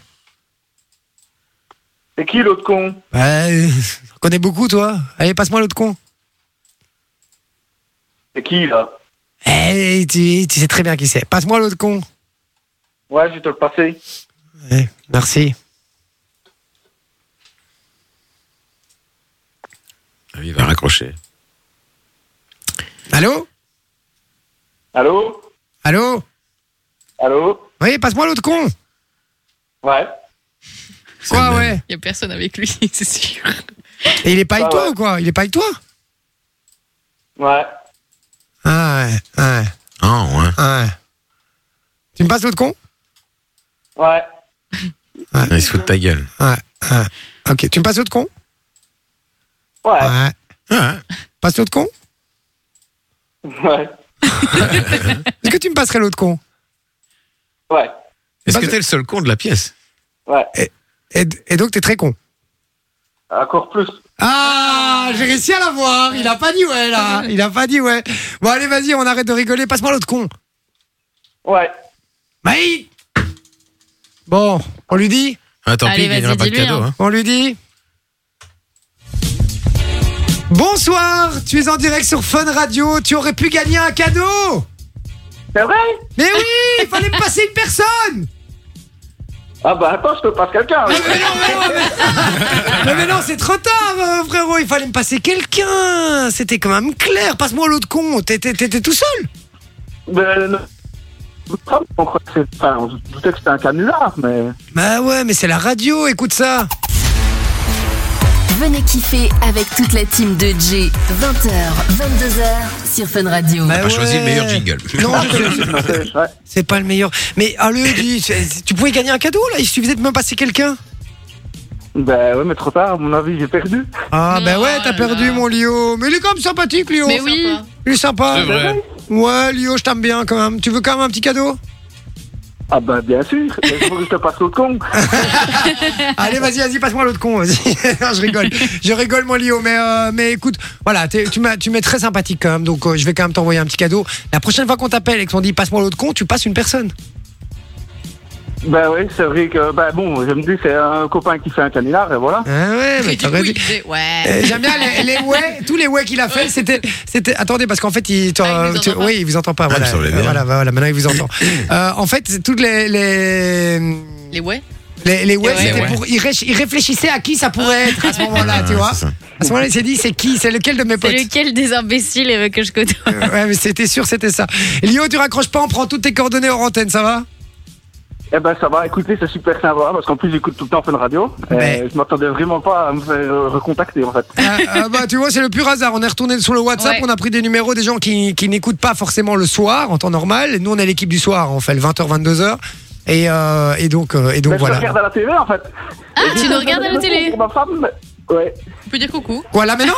[SPEAKER 6] C'est qui l'autre con
[SPEAKER 1] Ouais, j'en connais euh, beaucoup, toi. Allez, passe-moi l'autre con.
[SPEAKER 6] C'est qui là
[SPEAKER 1] Eh, tu, tu sais très bien qui c'est. Passe-moi l'autre con.
[SPEAKER 6] Ouais, je vais te le passer.
[SPEAKER 1] Ouais, merci.
[SPEAKER 7] Ah oui, Il va raccrocher.
[SPEAKER 1] Allô
[SPEAKER 6] Allô
[SPEAKER 1] Allô
[SPEAKER 6] Allô
[SPEAKER 1] Oui, passe-moi l'autre con.
[SPEAKER 6] Ouais.
[SPEAKER 1] Quoi,
[SPEAKER 7] le
[SPEAKER 1] ouais
[SPEAKER 2] Il n'y a personne avec lui, c'est sûr.
[SPEAKER 1] Et il est pas avec
[SPEAKER 6] Ah
[SPEAKER 1] toi
[SPEAKER 6] ouais.
[SPEAKER 1] ou quoi Il est pas avec toi
[SPEAKER 6] Ouais.
[SPEAKER 1] Ah ouais, ouais,
[SPEAKER 7] Ah, ouais.
[SPEAKER 1] ouais. Tu me passes l'autre con
[SPEAKER 6] Ouais.
[SPEAKER 7] Non, Il se fout de ta gueule.
[SPEAKER 1] Ouais, ouais. Ok, tu me passes l'autre con
[SPEAKER 6] Ouais.
[SPEAKER 1] Ouais.
[SPEAKER 7] Ah,
[SPEAKER 1] Passe l'autre con
[SPEAKER 6] Ouais.
[SPEAKER 1] Est-ce que tu me passerais l'autre con
[SPEAKER 6] Ouais.
[SPEAKER 7] Est-ce
[SPEAKER 1] Parce-
[SPEAKER 7] que t'es le seul con de la pièce
[SPEAKER 6] Ouais.
[SPEAKER 1] et, et donc t'es très con.
[SPEAKER 6] Encore plus.
[SPEAKER 1] Ah, j'ai réussi à l'avoir. Il a pas dit ouais là. Il a pas dit ouais. Bon allez, vas-y, on arrête de rigoler. Passe-moi l'autre con.
[SPEAKER 6] Ouais.
[SPEAKER 1] Maï. Bon, on lui dit,
[SPEAKER 7] Ah, tant
[SPEAKER 3] Allez,
[SPEAKER 7] pis, il
[SPEAKER 3] vas-y,
[SPEAKER 7] gagnera pas de
[SPEAKER 3] dis-lui,
[SPEAKER 7] cadeau.
[SPEAKER 3] hein.
[SPEAKER 7] Hein.
[SPEAKER 1] on lui dit. Bonsoir, tu es en direct sur Fun Radio. Tu aurais pu gagner un cadeau.
[SPEAKER 6] C'est vrai
[SPEAKER 1] Mais oui, il fallait me passer une personne
[SPEAKER 6] Ah bah attends, je te passe quelqu'un.
[SPEAKER 1] Mais, non, mais non, mais- mais- mais non, c'est trop tard, euh, frérot, il fallait me passer quelqu'un C'était quand même clair, passe-moi l'autre con, T'es- t'es- t'étais tout seul
[SPEAKER 6] Mais euh, non. On croit que c'est- enfin, on se doutait que c'était un canular, mais.
[SPEAKER 1] Bah ouais, mais c'est la radio, écoute ça
[SPEAKER 9] Venez kiffer avec toute la team de J. 20h, 22h sur Fun Radio.
[SPEAKER 1] Bah
[SPEAKER 7] T'as
[SPEAKER 1] ouais.
[SPEAKER 7] choisi le meilleur jingle.
[SPEAKER 1] Non, je-
[SPEAKER 6] Ouais.
[SPEAKER 1] c'est pas le meilleur. Mais allez, dis, c'est- tu pouvais gagner un cadeau là, il suffisait de me passer quelqu'un.
[SPEAKER 6] Bah ouais, mais trop tard, à mon avis, j'ai perdu.
[SPEAKER 1] Ah bah
[SPEAKER 2] Oh
[SPEAKER 1] ouais, t'as
[SPEAKER 2] là
[SPEAKER 1] perdu
[SPEAKER 2] là.
[SPEAKER 1] mon Lio. Mais il est quand même sympathique, Lio.
[SPEAKER 3] Mais oui.
[SPEAKER 1] Il est sympa.
[SPEAKER 7] C'est vrai.
[SPEAKER 1] Ouais, Lio, je t'aime bien quand même. Tu veux quand même un petit cadeau
[SPEAKER 6] Ah ben bien sûr, mais il faut que je te passe l'autre con.
[SPEAKER 1] Allez, vas-y, vas-y, passe-moi l'autre con. vas-y. non, je rigole. Je rigole, moi, Léo. Mais, euh, mais écoute, voilà, t'es- tu m'as- tu m'es très sympathique quand même. Donc, euh, je vais quand même t'envoyer un petit cadeau. La prochaine fois qu'on t'appelle et qu'on dit passe-moi l'autre con, tu passes une personne.
[SPEAKER 6] ben oui, c'est vrai que, ben bon, je me dis, c'est un copain qui fait un canular, et voilà.
[SPEAKER 1] Ah ouais, mais
[SPEAKER 2] Et du coup,
[SPEAKER 1] t'aurais
[SPEAKER 2] il
[SPEAKER 1] dû-
[SPEAKER 2] disait,
[SPEAKER 1] Euh,
[SPEAKER 2] ouais.
[SPEAKER 1] J'aime bien les, les ouais, tous les ouais qu'il a fait, c'était, c'était. Attendez, parce qu'en fait, il, t'en-
[SPEAKER 2] Ah, il nous
[SPEAKER 1] tu-
[SPEAKER 2] entend pas.
[SPEAKER 1] oui, il vous entend pas.
[SPEAKER 7] Ah,
[SPEAKER 1] Voilà,
[SPEAKER 7] il me semblait
[SPEAKER 1] Euh,
[SPEAKER 7] bien.
[SPEAKER 1] voilà, voilà, maintenant il vous entend. Euh, en fait, c'est toutes les les
[SPEAKER 2] Les ouais.
[SPEAKER 1] les, les ouais,
[SPEAKER 2] Ouais,
[SPEAKER 1] c'était
[SPEAKER 2] ouais.
[SPEAKER 1] pour. Il, réch- il réfléchissait à qui ça pourrait être à ce moment-là,
[SPEAKER 7] Ah,
[SPEAKER 1] tu vois.
[SPEAKER 7] c'est ça.
[SPEAKER 1] À ce moment-là, il s'est dit, c'est qui, c'est lequel de mes
[SPEAKER 3] C'est
[SPEAKER 1] potes.
[SPEAKER 3] lequel des imbéciles euh, que je côtoie
[SPEAKER 1] Ouais, mais c'était sûr, c'était ça. Léo, tu raccroches pas, on prend toutes tes coordonnées hors antenne, ça va
[SPEAKER 6] Eh ben ça va, écoutez, c'est super sympa, parce qu'en plus j'écoute tout le temps Fun Radio.
[SPEAKER 1] Mais-
[SPEAKER 6] Et
[SPEAKER 3] Ben.
[SPEAKER 6] je m'attendais vraiment pas à me faire euh, recontacter en fait.
[SPEAKER 1] Ah, ah, bah, tu vois, c'est le pur hasard. On est retourné sur le WhatsApp,
[SPEAKER 3] Ouais.
[SPEAKER 1] on a pris des numéros des gens qui, qui n'écoutent pas forcément le soir, en temps normal. Nous, on est l'équipe du soir, on fait le 20h, 22h. Et, euh, et donc, euh, et donc
[SPEAKER 6] mais Bah, Ben, je
[SPEAKER 1] voilà.
[SPEAKER 6] regarde à la télé en fait.
[SPEAKER 3] Ah,
[SPEAKER 6] Et
[SPEAKER 3] tu
[SPEAKER 6] je
[SPEAKER 3] nous regardes à la
[SPEAKER 6] regarde
[SPEAKER 3] télé
[SPEAKER 6] Pour ma femme, ouais.
[SPEAKER 2] On peut dire coucou.
[SPEAKER 1] Voilà, maintenant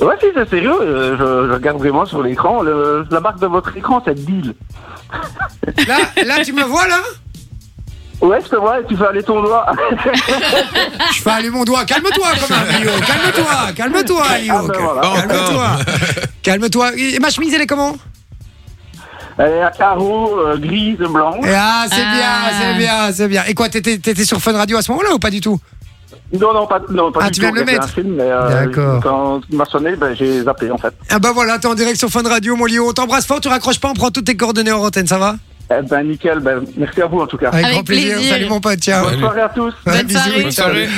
[SPEAKER 6] Ouais, si, c'est sérieux, euh, je, je regarde vraiment sur l'écran. Le- La marque de votre écran, c'est Deal.
[SPEAKER 1] là, là, tu me vois là
[SPEAKER 6] Ouais, je te vois, et tu fais aller ton doigt.
[SPEAKER 1] Je fais aller mon doigt. Calme-toi, quand même, Léo. Calme-toi, calme-toi,
[SPEAKER 6] Ah,
[SPEAKER 1] Léo.
[SPEAKER 6] ben voilà.
[SPEAKER 7] Pas encore.
[SPEAKER 1] Calme-toi. Calme-toi. Et ma chemise, elle est comment
[SPEAKER 6] Elle est à carreaux, euh, grise, blanche.
[SPEAKER 1] Et Ah, c'est
[SPEAKER 3] Ah.
[SPEAKER 1] bien, c'est bien, c'est bien. Et quoi, t'étais t'étais sur Fun Radio à ce moment-là ou pas du tout
[SPEAKER 6] Non, non, pas, non, pas
[SPEAKER 1] Ah,
[SPEAKER 6] du
[SPEAKER 1] tu
[SPEAKER 6] tout.
[SPEAKER 1] viens de le
[SPEAKER 6] J'ai fait
[SPEAKER 1] mettre.
[SPEAKER 6] un film, mais euh,
[SPEAKER 1] D'accord.
[SPEAKER 6] quand il m'a sonné, ben, j'ai zappé en fait.
[SPEAKER 1] Ah bah voilà, t'es en direct sur Fun Radio, mon Léo. On t'embrasse fort, tu raccroches pas, on prend toutes tes coordonnées en antenne, ça va
[SPEAKER 6] Eh ben, nickel, ben, merci à vous en tout cas.
[SPEAKER 1] Avec,
[SPEAKER 3] Avec
[SPEAKER 1] grand plaisir.
[SPEAKER 3] plaisir.
[SPEAKER 1] Salut mon pote, ciao.
[SPEAKER 6] Bonne soirée à tous.
[SPEAKER 1] Ouais,
[SPEAKER 3] Bonne
[SPEAKER 1] bisous.
[SPEAKER 3] soirée.
[SPEAKER 7] Bonne soirée.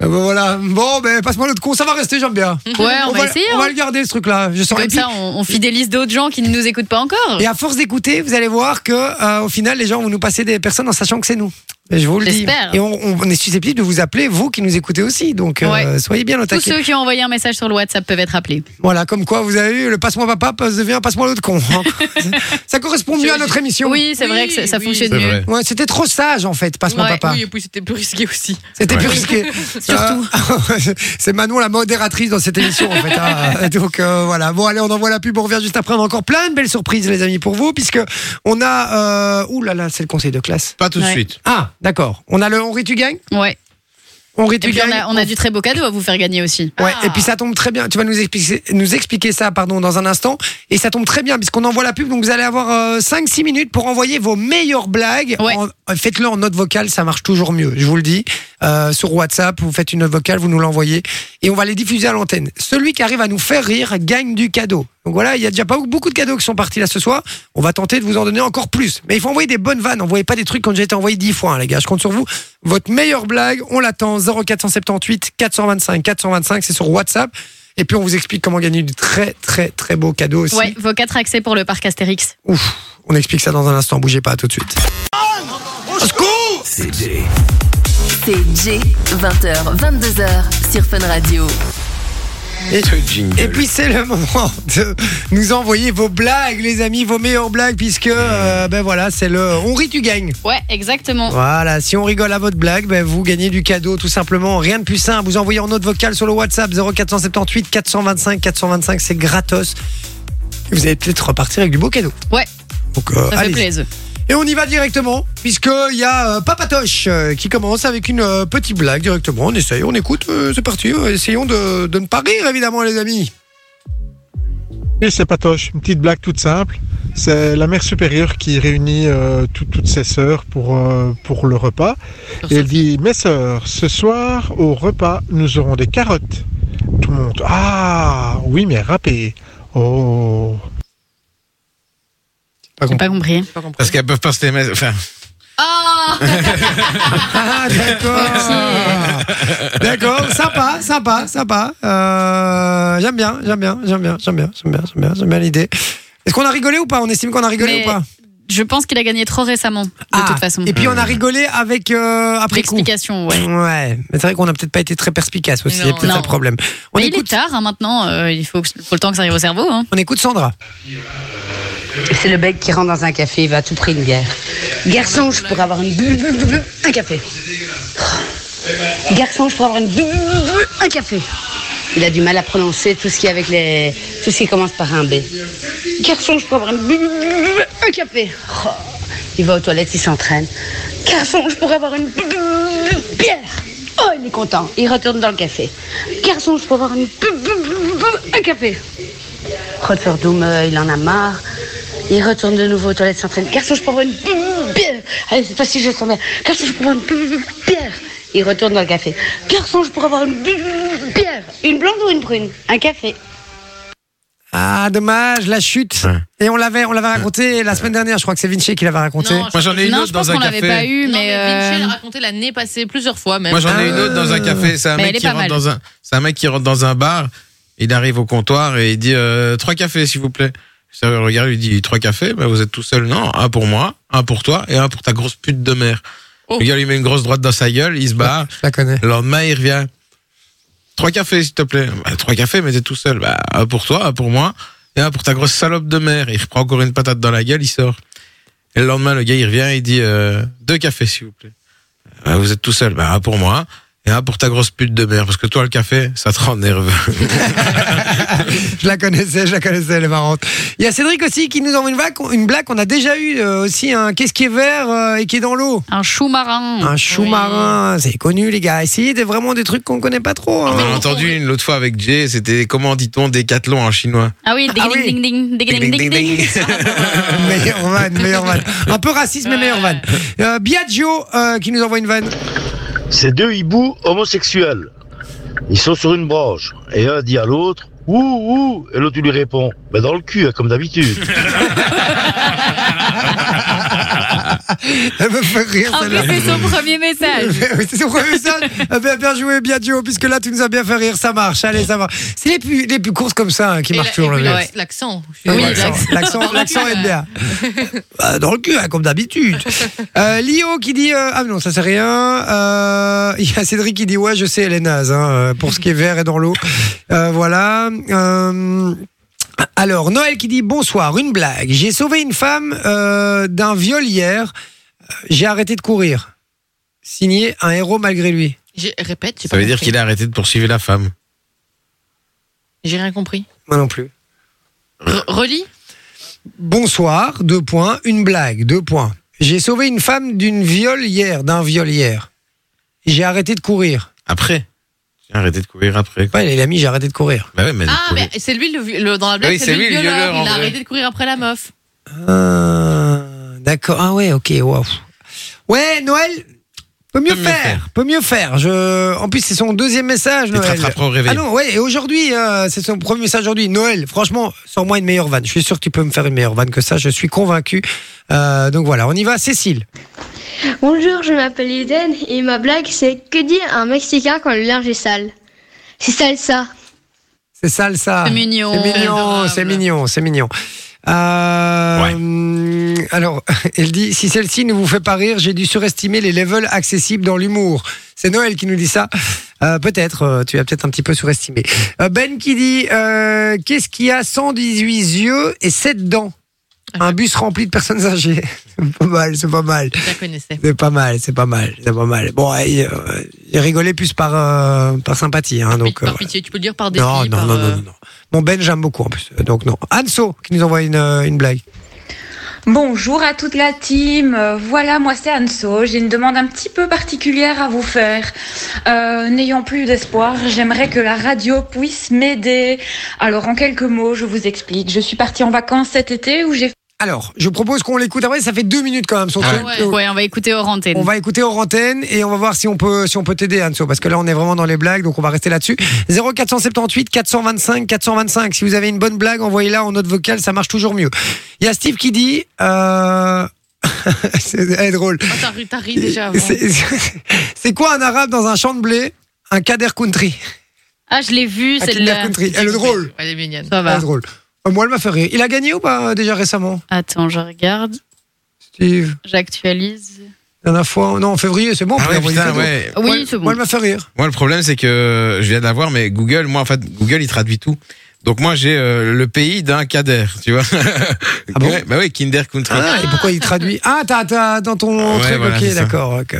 [SPEAKER 1] Ah bah voilà. Bon, ben passe-moi l'autre con, ça va rester, j'aime bien.
[SPEAKER 3] Ouais, on, va, essayer.
[SPEAKER 1] on
[SPEAKER 3] hein.
[SPEAKER 1] va le garder ce truc-là. Je sens. Et,
[SPEAKER 3] Comme
[SPEAKER 1] puis-
[SPEAKER 3] ça, on, on fidélise d'autres gens qui ne nous écoutent pas encore.
[SPEAKER 1] et à force d'écouter, vous allez voir que euh, au final, les gens vont nous passer des personnes en sachant que c'est nous. Et je vous le dis.
[SPEAKER 3] J'espère.
[SPEAKER 1] Et on, on est susceptible de vous appeler, vous qui nous écoutez aussi. Donc euh,
[SPEAKER 3] Ouais.
[SPEAKER 1] soyez bien au
[SPEAKER 3] Tous
[SPEAKER 1] taquet.
[SPEAKER 3] ceux qui ont envoyé un message sur le WhatsApp peuvent être appelés.
[SPEAKER 1] Voilà, comme quoi vous avez eu le passe-moi papa passe- devient passe-moi l'autre con. ça correspond mieux à notre émission.
[SPEAKER 3] Oui, c'est vrai que ça, ça
[SPEAKER 2] Oui,
[SPEAKER 3] fonctionne
[SPEAKER 7] C'est
[SPEAKER 3] mieux.
[SPEAKER 7] vrai.
[SPEAKER 1] Ouais, c'était trop sage en fait, passe-moi
[SPEAKER 3] Ouais,
[SPEAKER 1] papa.
[SPEAKER 2] Oui, et puis c'était plus risqué aussi.
[SPEAKER 1] C'était
[SPEAKER 7] Ouais.
[SPEAKER 1] plus risqué. Surtout. c'est Manon la modératrice dans cette émission en fait. hein. Donc euh, voilà. Bon allez, on envoie la pub, on revient juste après. On a encore plein de belles surprises les amis pour vous puisque on a euh... ouh là là, c'est le conseil de classe.
[SPEAKER 7] Pas tout de
[SPEAKER 3] Ouais.
[SPEAKER 7] suite.
[SPEAKER 1] Ah, d'accord. On a le on rit tu gagnes
[SPEAKER 3] Ouais.
[SPEAKER 1] On rit
[SPEAKER 3] Et
[SPEAKER 1] tu
[SPEAKER 3] puis Eh on
[SPEAKER 1] gagnes.
[SPEAKER 3] a, on a du très beau cadeau à vous faire gagner aussi.
[SPEAKER 1] Ouais,
[SPEAKER 2] Ah.
[SPEAKER 1] et puis ça tombe très bien. Tu vas nous expliquer, nous expliquer ça pardon, dans un instant. Et ça tombe très bien, puisqu'on envoie la pub. Donc vous allez avoir 5-6 minutes pour envoyer vos meilleures blagues.
[SPEAKER 3] Ouais.
[SPEAKER 1] En- euh, Faites-le en note vocale, ça marche toujours mieux, je vous le dis. Euh, sur WhatsApp, vous faites une note vocale, vous nous l'envoyez. Et on va les diffuser à l'antenne. Celui qui arrive à nous faire rire gagne du cadeau. Donc voilà, il y a déjà pas beaucoup de cadeaux qui sont partis là ce soir. On va tenter de vous en donner encore plus. Mais il faut envoyer des bonnes vannes. Envoyez pas des trucs quand j'ai été envoyé 10 fois, hein, les gars. Je compte sur vous. Votre meilleure blague, on l'attend. 0478 425 425, c'est sur WhatsApp. Et puis on vous explique comment gagner du très très très beau cadeau aussi.
[SPEAKER 3] Ouais, vos quatre accès pour le parc Astérix.
[SPEAKER 1] Ouf, on explique ça dans un instant. Bougez pas, à tout de suite.
[SPEAKER 7] C'est Jay.
[SPEAKER 9] C'est Jay, 20h, 22h sur Fun Radio.
[SPEAKER 1] Et-
[SPEAKER 7] Ce jingle.
[SPEAKER 1] Et puis c'est le moment de nous envoyer vos blagues, les amis, vos meilleures blagues, puisque euh, ben voilà, c'est le on rit tu gagnes.
[SPEAKER 3] Ouais, exactement.
[SPEAKER 1] Voilà, si on rigole à votre blague, ben vous gagnez du cadeau tout simplement. Rien de plus simple. Vous envoyez en note vocale sur le WhatsApp 0478 425 425, c'est gratos. Et vous allez peut-être repartir avec du beau cadeau.
[SPEAKER 3] Ouais.
[SPEAKER 1] Donc, euh,
[SPEAKER 3] Ça fait
[SPEAKER 1] allez-y.
[SPEAKER 3] plaisir.
[SPEAKER 1] Et on y va directement, puisqu'il y a euh, Papatoche euh, qui commence avec une euh, petite blague directement. On essaye, on écoute, euh, c'est parti. euh, essayons de, de ne pas rire, évidemment, les amis.
[SPEAKER 10] Et c'est Patoche, une petite blague toute simple. C'est la mère supérieure qui réunit euh, tout- toutes ses sœurs pour, euh, pour le repas. Et elle dit, mes sœurs, ce soir au repas, nous aurons des carottes. Tout le monde, ah oui, mais râpées. Oh.
[SPEAKER 3] J'ai pas compris.
[SPEAKER 7] Parce qu'elles peuvent pas se les mettre. Enfin,
[SPEAKER 3] Oh
[SPEAKER 1] Ah, d'accord. d'accord, sympa, sympa, sympa. Euh, j'aime bien, j'aime bien, j'aime bien, j'aime bien, j'aime bien, j'aime bien, j'aime bien l'idée. Est-ce qu'on a rigolé ou pas On estime qu'on a rigolé
[SPEAKER 3] Mais
[SPEAKER 1] ou pas De
[SPEAKER 3] Je pense qu'il a gagné trop récemment, de toute façon.
[SPEAKER 1] Et puis on a rigolé avec euh, après coup.
[SPEAKER 3] L'explication, ouais.
[SPEAKER 1] Ouais, mais c'est vrai qu'on n'a peut-être pas été très perspicace aussi,
[SPEAKER 2] Non,
[SPEAKER 1] c'est peut-être
[SPEAKER 3] non.
[SPEAKER 1] ça le problème. On
[SPEAKER 3] Mais il est
[SPEAKER 1] écoute,
[SPEAKER 3] tard hein, maintenant, euh, il faut, faut le temps que ça arrive au cerveau. Hein.
[SPEAKER 1] on écoute Sandra.
[SPEAKER 11] C'est le bec qui rentre dans un café, il va à tout prix une bière. Garçon, je pourrais avoir une bulle, bulle, bulle, bulle, un café. Garçon, je pourrais avoir une bulle, bulle, bulle, un café. Il a du mal à prononcer tout ce qui est avec les tout ce qui commence par un B. Garçon, je pourrais avoir une bulle, bulle, bulle, bulle, un café. Oh, il va aux toilettes, il s'entraîne. Garçon, je pourrais avoir une bière. Oh, il est content. Il retourne dans le café. Garçon, je pourrais avoir une un café. Rotterdam, euh, il en a marre. Il retourne de nouveau aux toilettes, s'entraîne. Garçon, je prends une bière. Allez, c'est facile, je sens bien. Garçon, je prends une bière. Il retourne dans le café. Garçon, je pourrais avoir une bière. Une blonde ou une brune Un café.
[SPEAKER 1] Ah, dommage, la chute. Et on l'avait, on l'avait raconté la semaine dernière. Je crois que c'est Vinci qui l'avait raconté.
[SPEAKER 7] Moi, j'en ai une
[SPEAKER 3] Non,
[SPEAKER 7] autre
[SPEAKER 3] je pense
[SPEAKER 7] dans un
[SPEAKER 3] qu'on l'avait
[SPEAKER 7] café.
[SPEAKER 3] pas eu,
[SPEAKER 2] Non, mais
[SPEAKER 3] mais.
[SPEAKER 2] Vinci, elle
[SPEAKER 3] euh,
[SPEAKER 2] a raconté l'année passée plusieurs fois même.
[SPEAKER 7] Moi, j'en ai une
[SPEAKER 1] Ah.
[SPEAKER 7] autre dans un café. C'est un,
[SPEAKER 3] Mais elle
[SPEAKER 7] mec
[SPEAKER 3] est
[SPEAKER 7] qui
[SPEAKER 3] pas
[SPEAKER 7] rentre
[SPEAKER 3] mal.
[SPEAKER 7] dans un, c'est un mec qui rentre dans un bar. Il arrive au comptoir et il dit euh, trois cafés, s'il vous plaît. Le serveur le regarde, lui dit trois cafés. Ben, vous êtes tout seul. Non, un pour moi, un pour toi et un pour ta grosse pute de mère.
[SPEAKER 2] Oh.
[SPEAKER 7] Le gars lui met une grosse droite dans sa gueule. Il se barre.
[SPEAKER 1] Je la connais.
[SPEAKER 7] Le lendemain, il revient. Trois cafés, s'il te plaît. Bah, trois cafés, mais t'es tout seul. Bah, un pour toi, un pour moi, et un pour ta grosse salope de mère. Il reprend encore une patate dans la gueule, il sort. Et le lendemain, le gars, il revient, il dit euh, deux cafés, s'il vous plaît. Bah, vous êtes tout seul. Bah, un pour moi. Et un pour ta grosse pute de mère, parce que toi, le café, ça te rend nerveux.
[SPEAKER 1] Je la connaissais, je la connaissais, elle est marrante. Il y a Cédric aussi qui nous envoie une blague, une blague qu'on a déjà eu euh, aussi. un Qu'est-ce qui est vert euh, et qui est dans l'eau
[SPEAKER 3] Un chou marin.
[SPEAKER 2] Ah,
[SPEAKER 1] Un chou
[SPEAKER 2] Oui.
[SPEAKER 1] marin, c'est connu les gars. Essayez des- vraiment des trucs qu'on connaît pas trop.
[SPEAKER 7] On
[SPEAKER 1] hein.
[SPEAKER 7] en a entendu une l'autre fois avec Jay, c'était comment dit-on décathlon en chinois
[SPEAKER 3] Ah oui, ding
[SPEAKER 1] Ah oui.
[SPEAKER 3] ding ding ding ding ding
[SPEAKER 7] Ding, ding, ding,
[SPEAKER 3] ding.
[SPEAKER 1] meilleur van, meilleur van. Un peu raciste, mais meilleur van. Euh, Biagio euh, qui nous envoie une vanne.
[SPEAKER 12] C'est deux hiboux homosexuels. Ils sont sur une branche. Et un dit à l'autre, ouh, ouh. Et l'autre lui répond, bah dans le cul, hein, comme d'habitude.
[SPEAKER 1] Elle me fait rire
[SPEAKER 2] Ah
[SPEAKER 3] En plus,
[SPEAKER 1] celle-là.
[SPEAKER 3] c'est son premier message.
[SPEAKER 1] Oui, c'est son premier message. Eh bien, bien joué, Biagio, puisque là, tu nous as bien fait rire. Ça marche, allez, ça va. C'est les plus, les plus courtes comme ça hein, qui
[SPEAKER 2] Et la-
[SPEAKER 1] marchent toujours le
[SPEAKER 2] et puis
[SPEAKER 1] mieux.
[SPEAKER 2] l'ac- L'accent.
[SPEAKER 3] Ah Oui,
[SPEAKER 1] L'accent-
[SPEAKER 3] l'accent.
[SPEAKER 1] l'accent, l'accent est bien. Bah, dans le cul, hein, comme d'habitude. Euh, Lio qui dit euh, ah non ça c'est rien. Euh, Il y a Cédric qui dit ouais je sais elle est naze hein, euh, pour ce qui est vert et dans l'eau. Euh, voilà. Euh, alors Noël qui dit bonsoir une blague. J'ai sauvé une femme euh, d'un viol hier. Euh, J'ai arrêté de courir. Signé un héros malgré lui.
[SPEAKER 2] J'ai- Répète, j'ai
[SPEAKER 7] Ça
[SPEAKER 2] pas
[SPEAKER 7] veut dire
[SPEAKER 2] compris.
[SPEAKER 7] qu'il a arrêté de poursuivre la femme.
[SPEAKER 2] J'ai rien compris.
[SPEAKER 1] Moi non plus.
[SPEAKER 2] Re- Relis
[SPEAKER 1] Bonsoir deux points une blague deux points. J'ai sauvé une femme d'une viol hier d'un viol hier. J'ai arrêté de courir.
[SPEAKER 7] Après J'ai arrêté de courir après. quoi.
[SPEAKER 1] Ouais, il a mis j'ai arrêté de courir.
[SPEAKER 7] Bah ouais, mais
[SPEAKER 2] Ah,
[SPEAKER 7] courir-
[SPEAKER 2] mais c'est lui le, vi- le- dans la blague.
[SPEAKER 7] Oui,
[SPEAKER 2] c'est lui, le violeur.
[SPEAKER 7] en
[SPEAKER 2] Il a
[SPEAKER 7] vrai.
[SPEAKER 2] arrêté de courir après la meuf.
[SPEAKER 1] Ah, D'accord. Ah ouais, ok. wow. Ouais, Noël. Peut mieux,
[SPEAKER 7] Peut mieux
[SPEAKER 1] faire,
[SPEAKER 7] faire.
[SPEAKER 1] peut mieux faire. Je, en plus c'est son deuxième message.
[SPEAKER 7] il te
[SPEAKER 1] Noël.
[SPEAKER 7] rattrapera au réveil.
[SPEAKER 1] Ah non, ouais. Et aujourd'hui, euh, c'est son premier message aujourd'hui. Noël, franchement, sors-moi une meilleure vanne. Je suis sûr que tu peux me faire une meilleure vanne que ça. Je suis convaincu. Euh, donc voilà, on y va, Cécile.
[SPEAKER 13] Bonjour, je m'appelle Eden et ma blague c'est que dit un Mexicain quand le linge est sale C'est sale ça.
[SPEAKER 1] C'est sale ça.
[SPEAKER 3] C'est mignon.
[SPEAKER 1] Ah, C'est mignon,
[SPEAKER 2] Adorable.
[SPEAKER 1] c'est mignon, c'est mignon. Euh, Alors, elle dit si celle-ci ne vous fait pas rire, j'ai dû surestimer les levels accessibles dans l'humour. C'est Noël qui nous dit ça. Euh, peut-être, euh, tu as peut-être un petit peu surestimé. Euh, ben qui dit euh, qu'est-ce qui a 118 yeux et 7 dents Un bus rempli de personnes âgées. c'est pas mal, c'est pas mal.
[SPEAKER 2] Je la connaissais.
[SPEAKER 1] C'est pas mal, c'est pas mal, c'est pas mal. Bon, ouais, il, euh, il rigolait plus par, euh, par sympathie. Hein, donc,
[SPEAKER 2] par
[SPEAKER 1] euh,
[SPEAKER 2] pitié, tu peux le dire par défi.
[SPEAKER 1] non, non,
[SPEAKER 2] par,
[SPEAKER 1] non, non,
[SPEAKER 2] euh,
[SPEAKER 1] non, non. Mon Ben, j'aime beaucoup en plus. Euh, Donc, non. Anso, qui nous envoie une, euh, une blague.
[SPEAKER 8] Bonjour à toute la team. Euh, Voilà, moi c'est Anso. J'ai une demande un petit peu particulière à vous faire. Euh, N'ayant plus d'espoir, j'aimerais que la radio puisse m'aider. Alors en quelques mots, je vous explique. Je suis partie en vacances cet été où j'ai
[SPEAKER 1] Alors, je propose qu'on l'écoute après. Ça fait deux minutes quand même, son
[SPEAKER 7] Ah
[SPEAKER 1] truc.
[SPEAKER 2] ouais.
[SPEAKER 1] Euh,
[SPEAKER 3] Ouais, on va écouter Orantène.
[SPEAKER 1] On va écouter hors antenne et on va voir si on peut si on peut t'aider Anso parce que là on est vraiment dans les blagues donc on va rester là-dessus 0478 425 425 si vous avez une bonne blague envoyez-la en note vocale ça marche toujours mieux il y a Steve qui dit euh... c'est elle est drôle
[SPEAKER 2] Ah, t'as ri- t'as ri déjà avant.
[SPEAKER 1] C'est- c'est- c'est quoi un arabe dans un champ de blé un kader country
[SPEAKER 3] Ah, je l'ai vu,
[SPEAKER 1] un kader
[SPEAKER 3] celle-là.
[SPEAKER 1] country elle est drôle
[SPEAKER 2] Elle est mignonne.
[SPEAKER 3] Ça
[SPEAKER 1] Elle est
[SPEAKER 3] va.
[SPEAKER 1] drôle Euh, moi elle m'a fait rire il a gagné ou pas euh, déjà récemment
[SPEAKER 3] Attends, je regarde.
[SPEAKER 1] Steve
[SPEAKER 3] J'actualise.
[SPEAKER 1] la dernière fois non en février c'est bon on
[SPEAKER 7] Ah
[SPEAKER 1] peut
[SPEAKER 7] ouais,
[SPEAKER 1] envoyer
[SPEAKER 7] putain,
[SPEAKER 1] le cadeau.
[SPEAKER 7] ouais.
[SPEAKER 3] Oui,
[SPEAKER 1] Moi,
[SPEAKER 3] c'est bon.
[SPEAKER 1] moi elle m'a fait rire
[SPEAKER 7] Moi, le problème, c'est que je viens d'avoir, mais Google, moi, en fait, Google, il traduit tout. Donc, moi, j'ai euh, le pays d'un cader, tu vois.
[SPEAKER 1] Ah bon
[SPEAKER 7] Ouais, bah oui, Kinder Country.
[SPEAKER 1] Ah, et pourquoi il traduit Ah, t'as, t'as dans ton
[SPEAKER 7] Ouais,
[SPEAKER 1] truc,
[SPEAKER 7] voilà,
[SPEAKER 1] ok,
[SPEAKER 7] c'est ça.
[SPEAKER 1] d'accord. ok.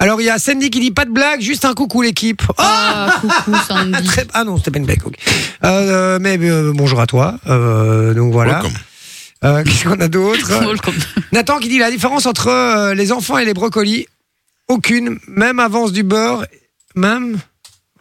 [SPEAKER 1] Alors, il y a Sandy qui dit pas de blague, juste un coucou l'équipe. Oh
[SPEAKER 3] Ah, coucou Sandy.
[SPEAKER 1] Très- Ah non, c'était pas une blague, ok. Euh, mais euh, bonjour à toi. Euh, donc voilà.
[SPEAKER 7] Welcome.
[SPEAKER 1] Euh, Qu'est-ce qu'on a d'autre Nathan qui dit la différence entre euh, les enfants et les brocolis, aucune, même avance du beurre, même.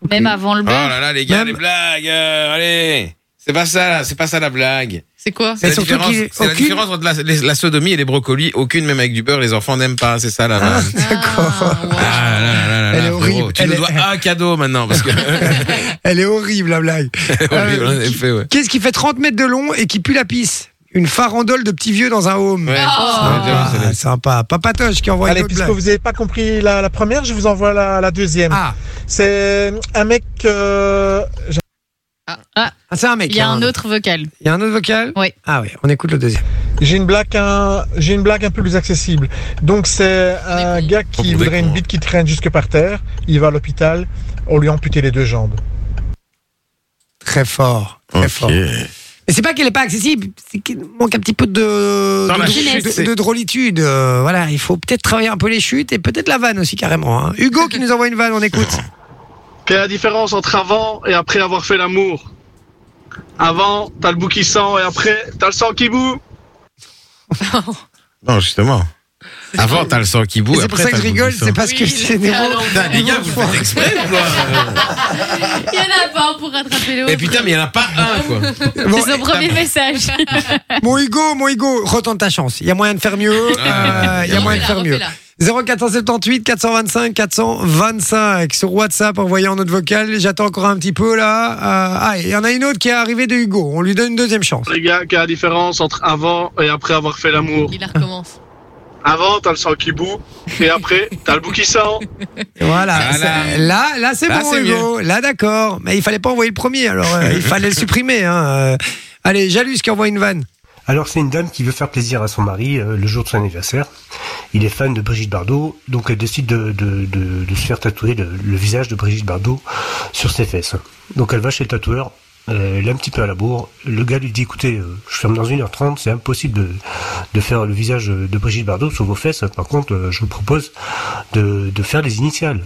[SPEAKER 3] Même avant le
[SPEAKER 7] Oh
[SPEAKER 1] ben,
[SPEAKER 3] beurre.
[SPEAKER 7] là là, les gars, les blagues, euh, allez C'est pas ça, là, c'est pas ça la blague.
[SPEAKER 3] C'est quoi
[SPEAKER 7] C'est la, différence- c'est la différence entre la, les- la sodomie et les brocolis. Aucune, même avec du beurre, les enfants n'aiment pas, c'est ça la vanne.
[SPEAKER 1] D'accord.
[SPEAKER 7] Ah, là, là, là, là,
[SPEAKER 1] Ah. Elle est
[SPEAKER 7] frérot,
[SPEAKER 1] horrible,
[SPEAKER 7] Tu
[SPEAKER 1] elle
[SPEAKER 7] nous
[SPEAKER 1] est-
[SPEAKER 7] dois un cadeau maintenant, parce que.
[SPEAKER 1] Elle est horrible la blague.
[SPEAKER 7] horrible, en
[SPEAKER 1] Euh,
[SPEAKER 7] effet, ouais.
[SPEAKER 1] Qu'est-ce qui fait 30 mètres de long et qui pue la pisse Une farandole de petits vieux dans un home.
[SPEAKER 7] Ouais.
[SPEAKER 3] Ah.
[SPEAKER 1] Sympa, sympa. Papatoche qui envoie
[SPEAKER 10] Allez,
[SPEAKER 1] une autre
[SPEAKER 10] puisque
[SPEAKER 1] blague. Ah,
[SPEAKER 10] vous n'avez pas compris la, la première, je vous envoie la, la deuxième. C'est un mec. euh, j'ai-
[SPEAKER 3] Ah,
[SPEAKER 1] Ah, c'est un mec.
[SPEAKER 3] il y a
[SPEAKER 1] hein.
[SPEAKER 3] un autre vocal.
[SPEAKER 1] Il y a un autre vocal
[SPEAKER 3] Oui.
[SPEAKER 1] Ah oui, on écoute le deuxième.
[SPEAKER 10] j'ai une blague un, j'ai une blague un peu plus accessible. Donc c'est un gars qui voudrait une bite qui traîne jusque par terre. Il va à l'hôpital, on lui a amputé les deux jambes.
[SPEAKER 1] Très fort. Très fort. Mais c'est pas qu'elle est pas accessible, c'est qu'il manque un petit peu de,
[SPEAKER 7] Dans la
[SPEAKER 1] de-
[SPEAKER 7] chute,
[SPEAKER 1] de-
[SPEAKER 7] c'est-
[SPEAKER 1] de drôlitude. Euh, voilà, il faut peut-être travailler un peu les chutes et peut-être la vanne aussi carrément. hein. Hugo qui nous envoie une vanne, on écoute.
[SPEAKER 14] Quelle est la différence entre avant et après avoir fait l'amour Avant, t'as le bout qui sent et après, t'as le sang qui bout.
[SPEAKER 7] Non, justement. Avant, t'as le sang qui boue.
[SPEAKER 1] C'est pour
[SPEAKER 7] après,
[SPEAKER 1] ça que
[SPEAKER 7] t'as
[SPEAKER 1] je
[SPEAKER 7] le goût
[SPEAKER 1] rigole,
[SPEAKER 7] du sang.
[SPEAKER 1] c'est parce que c'est
[SPEAKER 3] alors.
[SPEAKER 1] Nero.
[SPEAKER 7] Putain, les gars, vous le faites exprès ou quoi
[SPEAKER 3] Il y en a pas un pour rattraper le
[SPEAKER 7] Et putain, mais il n'y en a pas un, quoi.
[SPEAKER 1] Bon,
[SPEAKER 3] C'est son premier message.
[SPEAKER 1] Mon Hugo, mon Hugo, retente ta chance. Il y a moyen de faire mieux. euh, Il y a
[SPEAKER 7] Non,
[SPEAKER 1] moyen de faire mieux. 0478 425 425 sur WhatsApp, envoyez en note vocale. J'attends encore un petit peu là. Euh, ah, il y en a une autre qui est arrivée de Hugo. On lui donne une deuxième chance.
[SPEAKER 14] Les gars, quelle est la différence entre avant et après avoir fait l'amour
[SPEAKER 2] Il la recommence.
[SPEAKER 14] Avant, t'as le sang qui bout et après, t'as le bout qui sent.
[SPEAKER 1] Voilà.
[SPEAKER 14] Voilà.
[SPEAKER 1] c'est- Là, là, c'est
[SPEAKER 14] Là,
[SPEAKER 1] bon,
[SPEAKER 14] c'est
[SPEAKER 1] Hugo. Là, d'accord. Mais il fallait pas envoyer le premier. Alors, euh, il fallait le supprimer. hein. Euh, Allez, Jalus qui envoie une vanne.
[SPEAKER 15] Alors c'est une dame qui veut faire plaisir à son mari euh, le jour de son anniversaire. Il est fan de Brigitte Bardot, donc elle décide de, de- de- de se faire tatouer le, le visage de Brigitte Bardot sur ses fesses. Donc elle va chez le tatoueur, euh, elle est un petit peu à la bourre. Le gars lui dit écoutez, euh, je ferme dans 1h30, c'est impossible de, de faire le visage de Brigitte Bardot sur vos fesses. Par contre, euh, je vous propose de, de faire les initiales.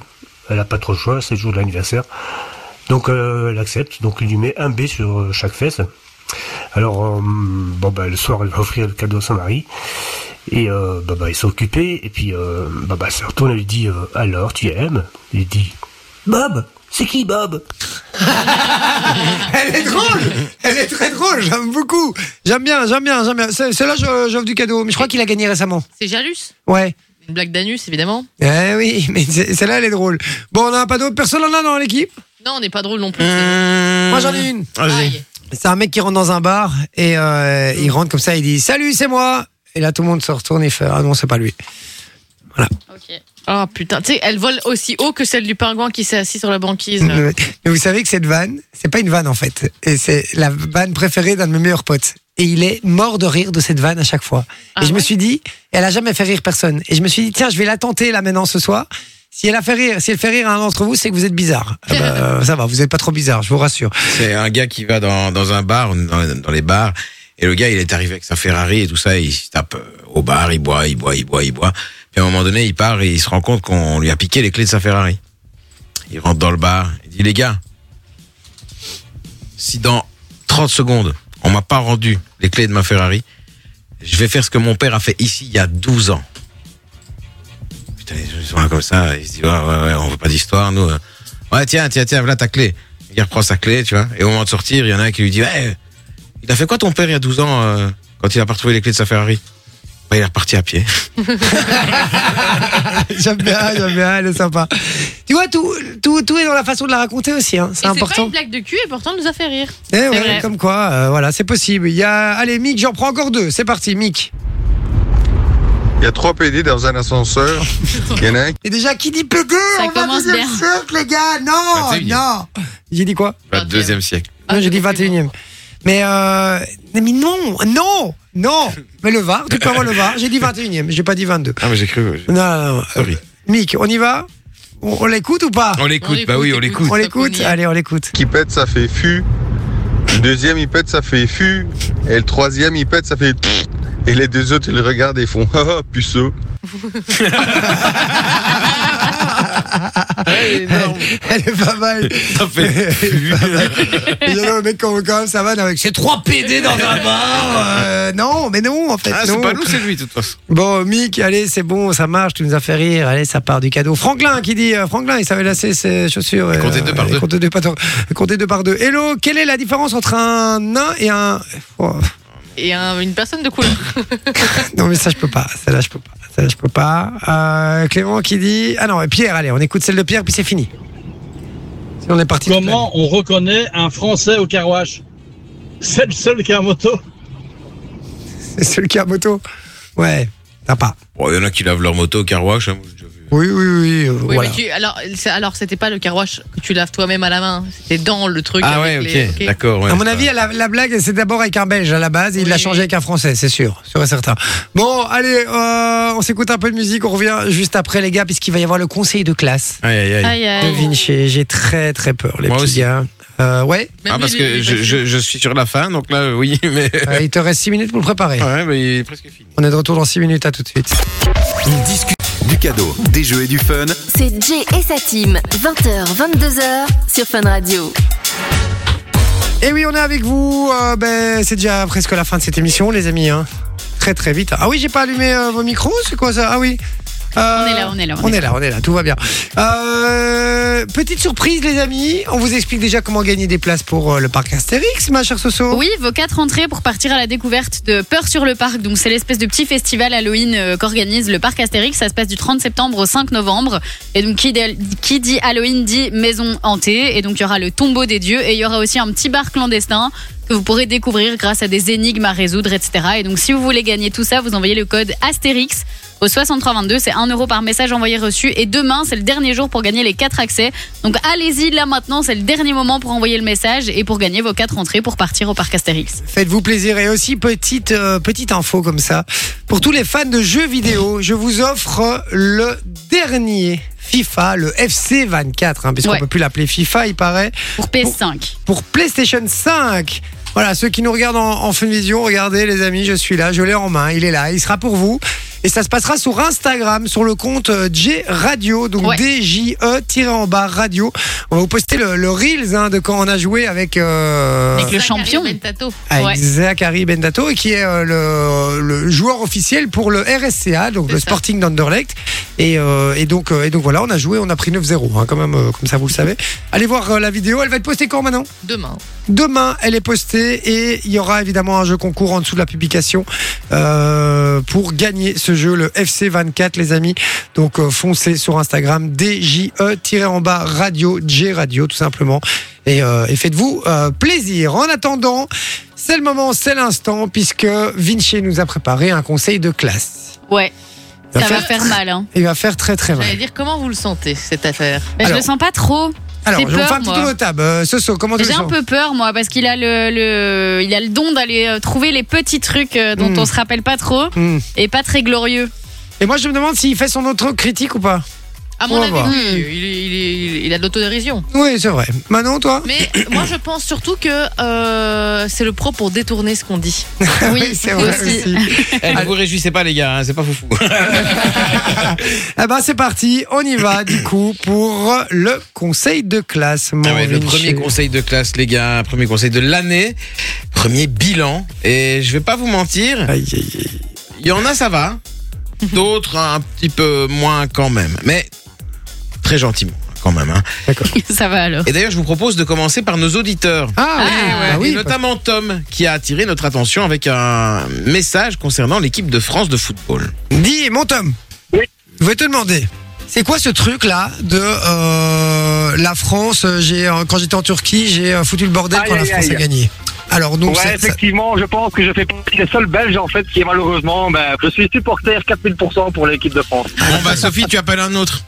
[SPEAKER 15] Elle n'a pas trop le choix, c'est le jour de l'anniversaire. Donc euh, elle accepte, donc il lui met un B sur euh, chaque fesse. Alors, euh, bon, bah, le soir, elle va offrir le cadeau à son mari. Et euh, bah, bah, ils sont occupés. Et puis, euh, bah, bah, elle se retourne et lui dit euh, Alors, tu aimes Il dit Bob C'est qui Bob
[SPEAKER 1] Elle est drôle. Elle est très drôle. J'aime beaucoup. J'aime bien, j'aime bien, j'aime bien. C'est- Celle-là, je- j'offre du cadeau. Mais je crois qu'il a gagné récemment.
[SPEAKER 2] C'est Jalus
[SPEAKER 1] Ouais.
[SPEAKER 2] Une blague d'anus, évidemment.
[SPEAKER 1] Eh oui, mais c'est- celle-là, elle est drôle. Bon, on n'a pas d'autres. Personne en a dans l'équipe
[SPEAKER 2] Non, on n'est pas drôle non plus.
[SPEAKER 7] Mmh,
[SPEAKER 1] Moi, j'en ai une.
[SPEAKER 2] Aïe.
[SPEAKER 1] Euh, C'est un mec qui rentre dans un bar et euh, il rentre comme ça. Il dit Salut, c'est moi. Et là, tout le monde se retourne et fait Ah non, c'est pas lui.
[SPEAKER 2] Ah putain, tu sais, elle vole aussi haut que celle du pingouin qui s'est assis sur la banquise. là.
[SPEAKER 7] Mmh.
[SPEAKER 1] Mais vous savez que cette vanne, c'est pas une vanne en fait. Et c'est la vanne préférée d'un de mes meilleurs potes. Et il est mort de rire de cette vanne à chaque fois. et je me suis dit, elle a jamais fait rire personne. Et je me suis dit, tiens, je vais la tenter là maintenant ce soir. Si elle a fait rire, si elle fait rire un d'entre vous, c'est que vous êtes bizarre. Ah bah, euh, ça va, vous êtes pas trop bizarre, je vous rassure.
[SPEAKER 7] C'est un gars qui va dans, dans un bar, dans, dans les bars, et le gars, il est arrivé avec sa Ferrari et tout ça, il se tape euh, au bar, il boit, il boit, il boit, il boit. Puis à un moment donné, il part et il se rend compte qu'on lui a piqué les clés de sa Ferrari. Il rentre dans le bar, il dit, les gars, si dans 30 secondes, on m'a pas rendu les clés de ma Ferrari, je vais faire ce que mon père a fait ici il y a 12 ans. Putain, les gens, ils sont là comme ça, ils se disent, ouais, ouais, ouais, on veut pas d'histoire, nous. euh. Ouais, tiens, tiens, tiens, voilà ta clé. Il reprend sa clé, tu vois. Et au moment de sortir, il y en a un qui lui dit Ouais, il a fait quoi ton père il y a 12 ans euh, quand il a pas retrouvé les clés de sa Ferrari Bah, il est reparti à pied.
[SPEAKER 1] j'aime bien, j'aime bien, elle est sympa. Tu vois, tout, tout, tout est dans la façon de la raconter aussi, hein. c'est
[SPEAKER 2] Et C'est pas
[SPEAKER 1] important.
[SPEAKER 2] une blague de cul et pourtant elle nous a fait rire.
[SPEAKER 1] Eh
[SPEAKER 2] C'est
[SPEAKER 1] ouais,
[SPEAKER 2] vrai.
[SPEAKER 1] comme quoi, euh, voilà, c'est possible. Il y a, allez, Mick, j'en prends encore deux. C'est parti, Mick.
[SPEAKER 16] Il y a trois PD dans un ascenseur. Il y en a un qui
[SPEAKER 1] Et déjà, qui dit PG On va
[SPEAKER 16] commence
[SPEAKER 1] vous
[SPEAKER 16] bien.
[SPEAKER 1] les gars. Non,
[SPEAKER 16] 21e.
[SPEAKER 1] non. J'ai dit quoi
[SPEAKER 7] Ah, deuxième siècle.
[SPEAKER 2] Ah,
[SPEAKER 1] Non, j'ai dit 21 e mais, euh, mais non, non, non. Mais le VAR, tu peux avoir le VAR. J'ai dit 21 e j'ai pas dit 22.
[SPEAKER 7] Ah, mais j'ai cru.
[SPEAKER 1] Non, non, non. Mick, on y va On, on l'écoute ou pas
[SPEAKER 7] On l'écoute, bah oui, on l'écoute.
[SPEAKER 1] On l'écoute Allez, on l'écoute.
[SPEAKER 16] Qui pète, ça fait fu. Le deuxième, il pète, ça fait fu. Et le troisième, il pète, ça fait. pfft. Et les deux autres, ils le regardent et font. Ah, ah, puceau.
[SPEAKER 1] elle, elle est pas mal. Ça fait. Il y en a un mec comme quand même ça va avec c'est trois PD dans un bar. euh, non, mais non en fait.
[SPEAKER 7] Ah, c'est
[SPEAKER 1] non.
[SPEAKER 7] pas nous, c'est lui, de toute façon.
[SPEAKER 1] Bon, Mick, allez, c'est bon, ça marche, tu nous as fait rire. Allez, ça part du cadeau. Franklin qui dit euh, Franklin, il savait lasser ses chaussures. et,
[SPEAKER 7] comptait deux par
[SPEAKER 1] et
[SPEAKER 7] deux.
[SPEAKER 1] Comptait deux par deux. Comptait deux par deux. Hello, quelle est la différence entre un nain et un. Oh,
[SPEAKER 2] Et un- une personne de couleur.
[SPEAKER 1] non, mais ça, je peux pas. Celle-là, je peux pas. Celle-là, je peux pas. Euh, Clément qui dit. Ah non, et Pierre, allez, on écoute celle de Pierre, puis c'est fini. Si on est parti.
[SPEAKER 17] Comment on reconnaît un Français au carouage C'est le seul qui a un moto.
[SPEAKER 1] C'est celui qui a moto. Ouais, sympa.
[SPEAKER 7] Bon, il y en a qui lavent leur moto au carouage. hein.
[SPEAKER 1] Oui, oui, oui. euh,
[SPEAKER 2] Oui,
[SPEAKER 1] voilà.
[SPEAKER 2] mais tu- alors, c'est- alors c'était pas le carouage que tu laves toi-même à la main. C'était dans le truc.
[SPEAKER 7] Ah
[SPEAKER 2] avec
[SPEAKER 7] ouais,
[SPEAKER 2] les-
[SPEAKER 7] ok, d'accord. ouais.
[SPEAKER 1] à mon avis, la, la blague, c'est d'abord avec un Belge à la base. et Il l'a changé avec un Français, c'est sûr, sûr et certain. Bon, allez, euh, on s'écoute un peu de musique. On revient juste après, les gars, puisqu'il va y avoir le conseil de classe.
[SPEAKER 7] Aïe, aïe, aïe.
[SPEAKER 1] Aïe, aïe. De Vinci. J'ai très, très peur, les
[SPEAKER 7] Moi
[SPEAKER 1] petits
[SPEAKER 7] aussi.
[SPEAKER 1] gars. Euh, ouais.
[SPEAKER 7] Ah, parce que je, je- je suis sur la fin, donc là, oui, mais.
[SPEAKER 1] Euh, il te reste 6 minutes pour le préparer.
[SPEAKER 7] Ouais, mais il est presque fini.
[SPEAKER 1] On est de retour dans 6 minutes, à tout de suite.
[SPEAKER 18] Ils discutent du cadeau, des jeux et du fun.
[SPEAKER 9] C'est Jay et sa team, 20h, 22h sur Fun Radio.
[SPEAKER 1] Et oui, on est avec vous. Euh, ben, c'est déjà presque la fin de cette émission, les amis. hein. Très très vite. Ah oui, j'ai pas allumé euh, vos micros, c'est quoi ça Ah oui. Euh,
[SPEAKER 3] On est là, on est là,
[SPEAKER 1] On, est là, on est là, tout va bien. Euh, petite surprise, les amis. On vous explique déjà comment gagner des places pour euh, le parc Astérix, ma chère Soso.
[SPEAKER 3] Oui, vos quatre entrées pour partir à la découverte de Peur sur le parc. Donc c'est l'espèce de petit festival Halloween euh, qu'organise le parc Astérix. Ça se passe du 30 septembre au 5 novembre. Et donc qui, dit- qui dit Halloween dit maison hantée. Et donc il y aura le tombeau des dieux et il y aura aussi un petit bar clandestin que vous pourrez découvrir grâce à des énigmes à résoudre, etc. Et donc si vous voulez gagner tout ça, vous envoyez le code Astérix au 6322, c'est 1 euro par message envoyé reçu. Et demain, c'est le dernier jour pour gagner les 4 accès. Donc allez-y là maintenant, c'est le dernier moment pour envoyer le message et pour gagner vos 4 entrées pour partir au parc Astérix.
[SPEAKER 1] Faites-vous plaisir et aussi petite euh, petite info comme ça pour tous les fans de jeux vidéo, je vous offre le dernier FIFA, le FC 24, hein, puisqu'on
[SPEAKER 3] Ouais.
[SPEAKER 1] peut plus l'appeler FIFA, il paraît.
[SPEAKER 3] Pour PS5.
[SPEAKER 1] pour PlayStation 5. Voilà, ceux qui nous regardent en, en fin de vision, regardez les amis, je suis là, je l'ai en main, il est là, il sera pour vous. Et ça se passera sur Instagram, sur le compte euh, J Radio, donc
[SPEAKER 3] Ouais.
[SPEAKER 1] DJE-en-bas radio. On va vous poster le, le Reels hein, de quand on a joué avec... euh,
[SPEAKER 2] Avec le champion.
[SPEAKER 1] avec
[SPEAKER 2] Ouais.
[SPEAKER 1] Zachary Bendato et qui est euh, le, le joueur officiel pour le RSCA, donc le Sporting d'Anderlecht. Et, euh, et, donc, euh, et donc voilà, on a joué, on a pris 9-0, hein, quand même, euh, comme ça vous le savez. Allez voir euh, la vidéo, elle va être postée quand maintenant
[SPEAKER 2] Demain.
[SPEAKER 1] Demain, elle est postée et il y aura évidemment un jeu concours en dessous de la publication euh, pour gagner ce jeu, le FC24, les amis. Donc euh, foncez sur Instagram, DJE-en-bas radio, J radio tout simplement. Et, euh, et faites-vous euh, plaisir. En attendant, c'est le moment, c'est l'instant, puisque Vinci nous a préparé un conseil de classe.
[SPEAKER 3] Ouais.
[SPEAKER 1] Il
[SPEAKER 3] Ça
[SPEAKER 1] va
[SPEAKER 3] va faire mal, hein.
[SPEAKER 1] Il va faire très très mal.
[SPEAKER 2] J'allais dire, comment vous le sentez, cette affaire
[SPEAKER 3] Mais je le sens pas trop.
[SPEAKER 1] Alors,
[SPEAKER 3] J'ai
[SPEAKER 1] on fait
[SPEAKER 3] peur,
[SPEAKER 1] un petit
[SPEAKER 3] moi.
[SPEAKER 1] tour de table. Euh, Soso, comment tu le
[SPEAKER 3] J'ai un
[SPEAKER 1] sens
[SPEAKER 3] peu peur, moi, parce qu'il a le, le- il a le don d'aller euh, trouver les petits trucs euh, dont
[SPEAKER 1] Mm.
[SPEAKER 3] on se rappelle pas trop
[SPEAKER 1] Mm.
[SPEAKER 3] et pas très glorieux.
[SPEAKER 1] Et moi, je me demande s'il fait son autre critique ou pas.
[SPEAKER 2] À
[SPEAKER 1] On
[SPEAKER 2] mon
[SPEAKER 1] va
[SPEAKER 2] avis,
[SPEAKER 1] voir.
[SPEAKER 2] oui, il, est- il est- il- il a de l'autodérision.
[SPEAKER 1] Oui, c'est vrai. Manon, toi
[SPEAKER 2] Mais moi, je pense surtout que euh, c'est le pro pour détourner ce qu'on dit.
[SPEAKER 1] Oui, c'est vrai aussi.
[SPEAKER 7] Eh, ne vous réjouissez pas, les gars, hein, c'est pas foufou.
[SPEAKER 1] Eh ben, c'est parti. On y va, du coup, pour le conseil de classe. mon
[SPEAKER 7] Ah ouais, le
[SPEAKER 1] Vinci.
[SPEAKER 7] premier conseil de classe, les gars, premier conseil de l'année, premier bilan. Et je vais pas vous mentir, il y en a, ça va. D'autres, un petit peu moins quand même. Mais très gentiment, quand même. hein.
[SPEAKER 3] Ça va alors.
[SPEAKER 7] Et d'ailleurs, je vous propose de commencer par nos auditeurs.
[SPEAKER 1] Ah, oui, bah oui,
[SPEAKER 7] et notamment Tom, qui a attiré notre attention avec un message concernant l'équipe de France de football.
[SPEAKER 1] Dis, mon Tom, je vais te demander, c'est quoi ce truc-là de euh, la France euh, J'ai euh, Quand j'étais en Turquie, j'ai euh, foutu le bordel
[SPEAKER 6] Aïe,
[SPEAKER 1] quand la
[SPEAKER 6] aïe,
[SPEAKER 1] France
[SPEAKER 6] aïe.
[SPEAKER 1] a gagné. Alors, donc,
[SPEAKER 6] ouais,
[SPEAKER 1] c'est- ça-
[SPEAKER 6] effectivement, je pense que je fais partie des seuls Belges en fait qui est malheureusement, ben, je suis supporter 4000% pour l'équipe de France.
[SPEAKER 7] Bon, bah, Sophie, tu appelles un autre.